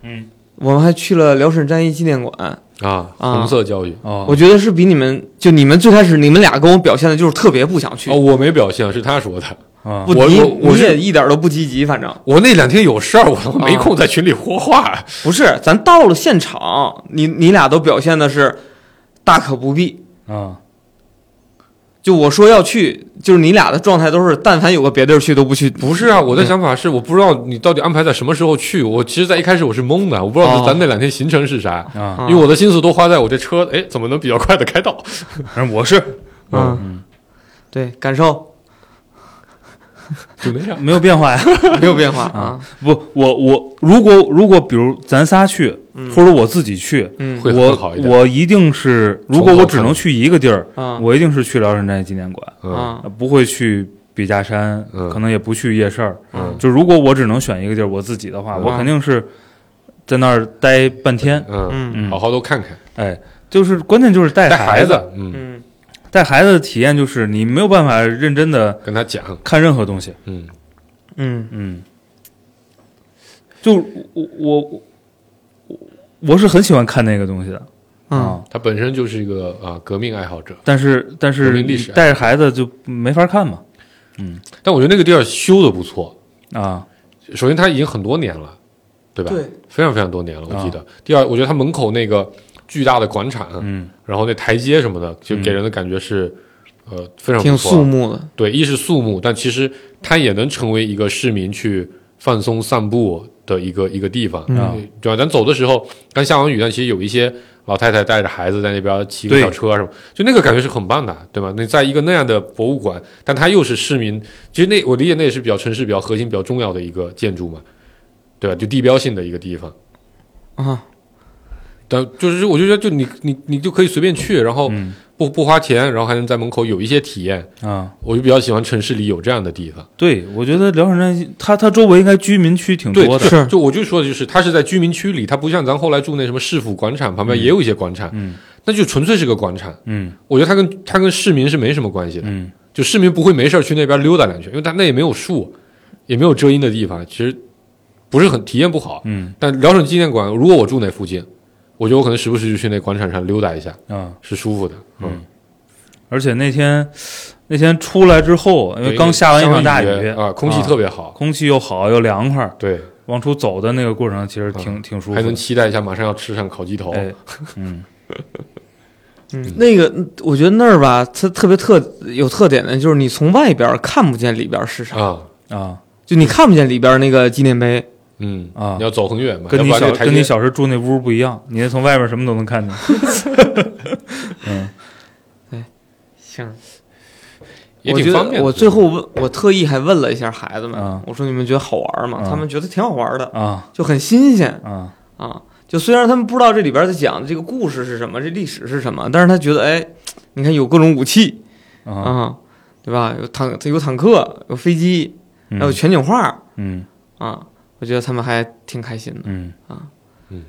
Speaker 4: 嗯，
Speaker 3: 我们还去了辽沈战役纪念馆，
Speaker 5: 啊，
Speaker 3: 啊
Speaker 5: 红色教育
Speaker 4: 哦，
Speaker 3: 我觉得是比你们就你们最开始你们俩跟我表现的就是特别不想去，
Speaker 5: 哦，我没表现，是他说的。
Speaker 4: 啊
Speaker 3: 不
Speaker 5: 我
Speaker 3: 你
Speaker 5: 我我
Speaker 3: 你
Speaker 5: 是
Speaker 3: 也一点都不积极，反正
Speaker 5: 我那两天有事儿，我
Speaker 3: 啊
Speaker 5: 他妈没空在群里说话。
Speaker 3: 不是，咱到了现场，你你俩都表现的是大可不必。
Speaker 4: 啊
Speaker 3: 就我说要去，就是你俩的状态都是，但凡有个别地儿去都不去，
Speaker 5: 不是啊，我的想法是，我不知道你到底安排在什么时候去。我其实，在一开始我是懵的，我不知道
Speaker 3: 哦
Speaker 5: 咱那两天行程是啥，
Speaker 4: 啊，
Speaker 3: 啊
Speaker 5: 因为我的心思都花在我这车，哎，怎么能比较快的 开到？
Speaker 4: 反正我是
Speaker 3: 嗯，
Speaker 5: 啊
Speaker 3: 对，感受
Speaker 5: 就那样。
Speaker 4: 没有变化呀。
Speaker 3: 没有变化
Speaker 4: 啊
Speaker 3: 啊，
Speaker 4: 不，我我如果如果比如咱仨去，或者我自己去，
Speaker 3: 嗯
Speaker 5: 会
Speaker 4: 我
Speaker 5: 很好一点
Speaker 4: 我一定是，如果
Speaker 5: 从头
Speaker 4: 我
Speaker 5: 看
Speaker 4: 只能去一个地儿，
Speaker 3: 啊
Speaker 4: 我一定是去辽沈战役纪念馆，
Speaker 5: 嗯
Speaker 3: 啊
Speaker 4: 呃不会去笔架山，
Speaker 5: 嗯
Speaker 4: 可能也不去夜市儿。
Speaker 3: 啊
Speaker 5: 嗯
Speaker 4: 就如果我只能选一个地儿，我自己的话，
Speaker 5: 嗯
Speaker 4: 我肯定是在那儿待半天。
Speaker 5: 嗯，
Speaker 3: 嗯
Speaker 4: 嗯
Speaker 5: 好，好都看看，
Speaker 4: 哎，就是关键就是带
Speaker 5: 带
Speaker 4: 孩
Speaker 5: 子
Speaker 4: 子，，
Speaker 5: 嗯，
Speaker 3: 嗯
Speaker 4: 带孩子的体验就是你没有办法认真的
Speaker 5: 跟他讲，
Speaker 4: 看任何东西。
Speaker 5: 嗯
Speaker 3: 嗯。
Speaker 4: 嗯，就我我我我是很喜欢看那个东西的，啊
Speaker 3: 嗯，
Speaker 5: 他本身就是一个啊、革命爱好者，
Speaker 4: 但是但
Speaker 5: 国
Speaker 4: 是
Speaker 5: 民历
Speaker 4: 你
Speaker 5: 史
Speaker 4: 带着孩子就没法看嘛
Speaker 5: 但我觉得那个地儿修的不错。
Speaker 4: 啊，
Speaker 5: 首先，它已经很多年了，对吧？
Speaker 3: 对，
Speaker 5: 非常非常多年了，我记得。第二，我觉得它门口那个巨大的广场，
Speaker 4: 嗯，
Speaker 5: 然后那台阶什么的，就给人的感觉是，呃，非常
Speaker 3: 挺
Speaker 5: 不
Speaker 3: 有
Speaker 5: 错
Speaker 3: 肃穆的，
Speaker 5: 对，一是肃穆，但其实它也能成为一个市民去放松散步的一个一个地方。
Speaker 4: 嗯
Speaker 5: 对吧？咱走的时候，刚下完雨，但其实有一些老太太带着孩子在那边骑个
Speaker 4: 对
Speaker 5: 小车啊什么，就那个感觉是很棒的，对吧？那在一个那样的博物馆，但它又是市民，其实那我理解那也是比较城市比较核心、比较重要的一个建筑嘛，对吧？就地标性的一个地方。
Speaker 3: 啊，
Speaker 5: 但就是我就觉得，就你你你就可以随便去，然后
Speaker 4: 嗯
Speaker 5: 不不花钱，然后还能在门口有一些体验。
Speaker 4: 啊，
Speaker 5: 我就比较喜欢城市里有这样的地方。
Speaker 4: 对，我觉得辽沈站它它周围应该居民区挺
Speaker 5: 对
Speaker 4: 多的，
Speaker 3: 是
Speaker 5: 就我就说的就是，它是在居民区里，它不像咱后来住那什么市府广场旁边也有一些广场，
Speaker 4: 嗯
Speaker 5: 那就纯粹是个广场。
Speaker 4: 嗯
Speaker 5: 我觉得它跟它跟市民是没什么关系的，
Speaker 4: 嗯，
Speaker 5: 就市民不会没事儿去那边溜达两圈，因为它那也没有树，也没有遮阴的地方，其实不是很体验不好。
Speaker 4: 嗯
Speaker 5: 但辽沈纪念馆，如果我住那附近，我觉得我可能时不时就去那广场上溜达一下，
Speaker 4: 啊，
Speaker 5: 是舒服的。嗯，
Speaker 4: 而且那天那天出来之后，因为刚下完一场大
Speaker 5: 下完雨
Speaker 4: 雨嗯
Speaker 5: 啊，空气特别好，
Speaker 4: 空气又好又凉快，
Speaker 5: 对，
Speaker 4: 往出走的那个过程其实挺、挺舒服
Speaker 5: 嗯还能
Speaker 4: 的。
Speaker 5: 期待一下马上要吃上烤鸡头。
Speaker 4: 哎，嗯，
Speaker 3: 嗯，那个嗯我觉得那儿吧，它特别特有特点的就是你从外边儿看不见里边儿是啥，
Speaker 5: 啊，
Speaker 4: 啊
Speaker 3: 就你看不见里边儿那个纪念碑，
Speaker 5: 嗯
Speaker 4: 啊
Speaker 5: 你要走很远嘛，
Speaker 4: 跟你
Speaker 5: 要不然
Speaker 4: 小
Speaker 5: 这台
Speaker 4: 跟你
Speaker 5: 阶
Speaker 4: 小时候住那屋不一样，你从外面什么都能看 见。嗯
Speaker 3: 行，
Speaker 5: 也
Speaker 3: 我
Speaker 5: 挺
Speaker 3: 觉
Speaker 5: 方便
Speaker 3: 得
Speaker 5: 的。
Speaker 3: 我最后问，我特意还问了一下孩子们，
Speaker 4: 啊
Speaker 3: 我说你们觉得好玩吗？
Speaker 4: 啊
Speaker 3: 他们觉得挺好玩的，
Speaker 4: 啊
Speaker 3: 就很新鲜
Speaker 4: 啊，
Speaker 3: 啊。就虽然他们不知道这里边在讲的这个故事是什么，这历史是什么，但是他觉得哎，你看有各种武器
Speaker 4: 啊，
Speaker 3: 啊，对吧？有坦有坦克，有飞机，还有
Speaker 4: 嗯
Speaker 3: 全景画
Speaker 4: 嗯
Speaker 3: 啊。我觉得他们还挺开心的。
Speaker 4: 嗯
Speaker 3: 啊，
Speaker 5: 嗯，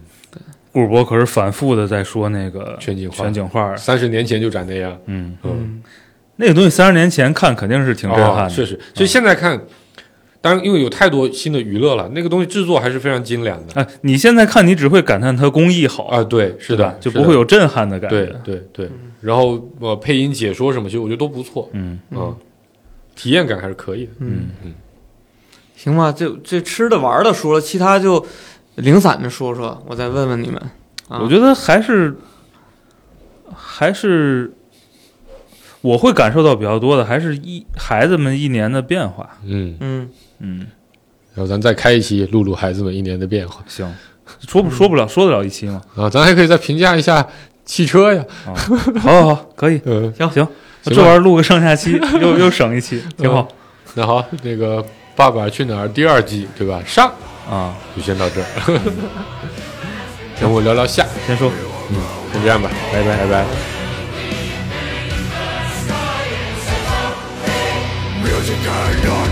Speaker 4: 顾博可是反复的在说那个
Speaker 5: 全景画
Speaker 4: 全景画，
Speaker 5: 三十年前就长那样，
Speaker 4: 嗯，
Speaker 5: 嗯，
Speaker 4: 那个东西三十年前看肯定是挺震撼的，
Speaker 5: 哦确实。所以现在看，当然因为有太多新的娱乐了，那个东西制作还是非常精良的
Speaker 4: 哎，你现在看你只会感叹它工艺好，
Speaker 5: 啊。对，是
Speaker 4: 对吧
Speaker 5: 的，？
Speaker 4: 就是不
Speaker 5: 的
Speaker 4: 会有震撼的感觉。
Speaker 5: 对对对。然后呃，配音解说什么，其实我觉得都不错，
Speaker 4: 嗯，
Speaker 5: 嗯，体验感还是可以的。
Speaker 3: 嗯
Speaker 5: 嗯，
Speaker 3: 行吧，这这吃的玩的说了，其他就零散的说说，我再问问你们。啊、
Speaker 4: 我觉得还是还是我会感受到比较多的，还是一孩子们一年的变化。
Speaker 5: 嗯，
Speaker 3: 嗯，
Speaker 4: 嗯，
Speaker 5: 然后咱再开一期录录孩子们一年的变化
Speaker 4: 行，嗯说不说不了，说得了一期吗？
Speaker 5: 啊，咱还可以再评价一下汽车呀，
Speaker 4: 啊，好好好，可以，
Speaker 5: 嗯，
Speaker 3: 行
Speaker 4: 行，嗯
Speaker 5: 行吧
Speaker 4: 这玩意儿录个上下期，又又省一 期，挺好
Speaker 5: 那好，那个《爸爸去哪儿》第二季对吧？上
Speaker 4: 啊。
Speaker 5: 就先到这儿， 等我聊聊下，
Speaker 4: 先说，
Speaker 5: 先这样吧，拜拜拜拜。
Speaker 6: Music alone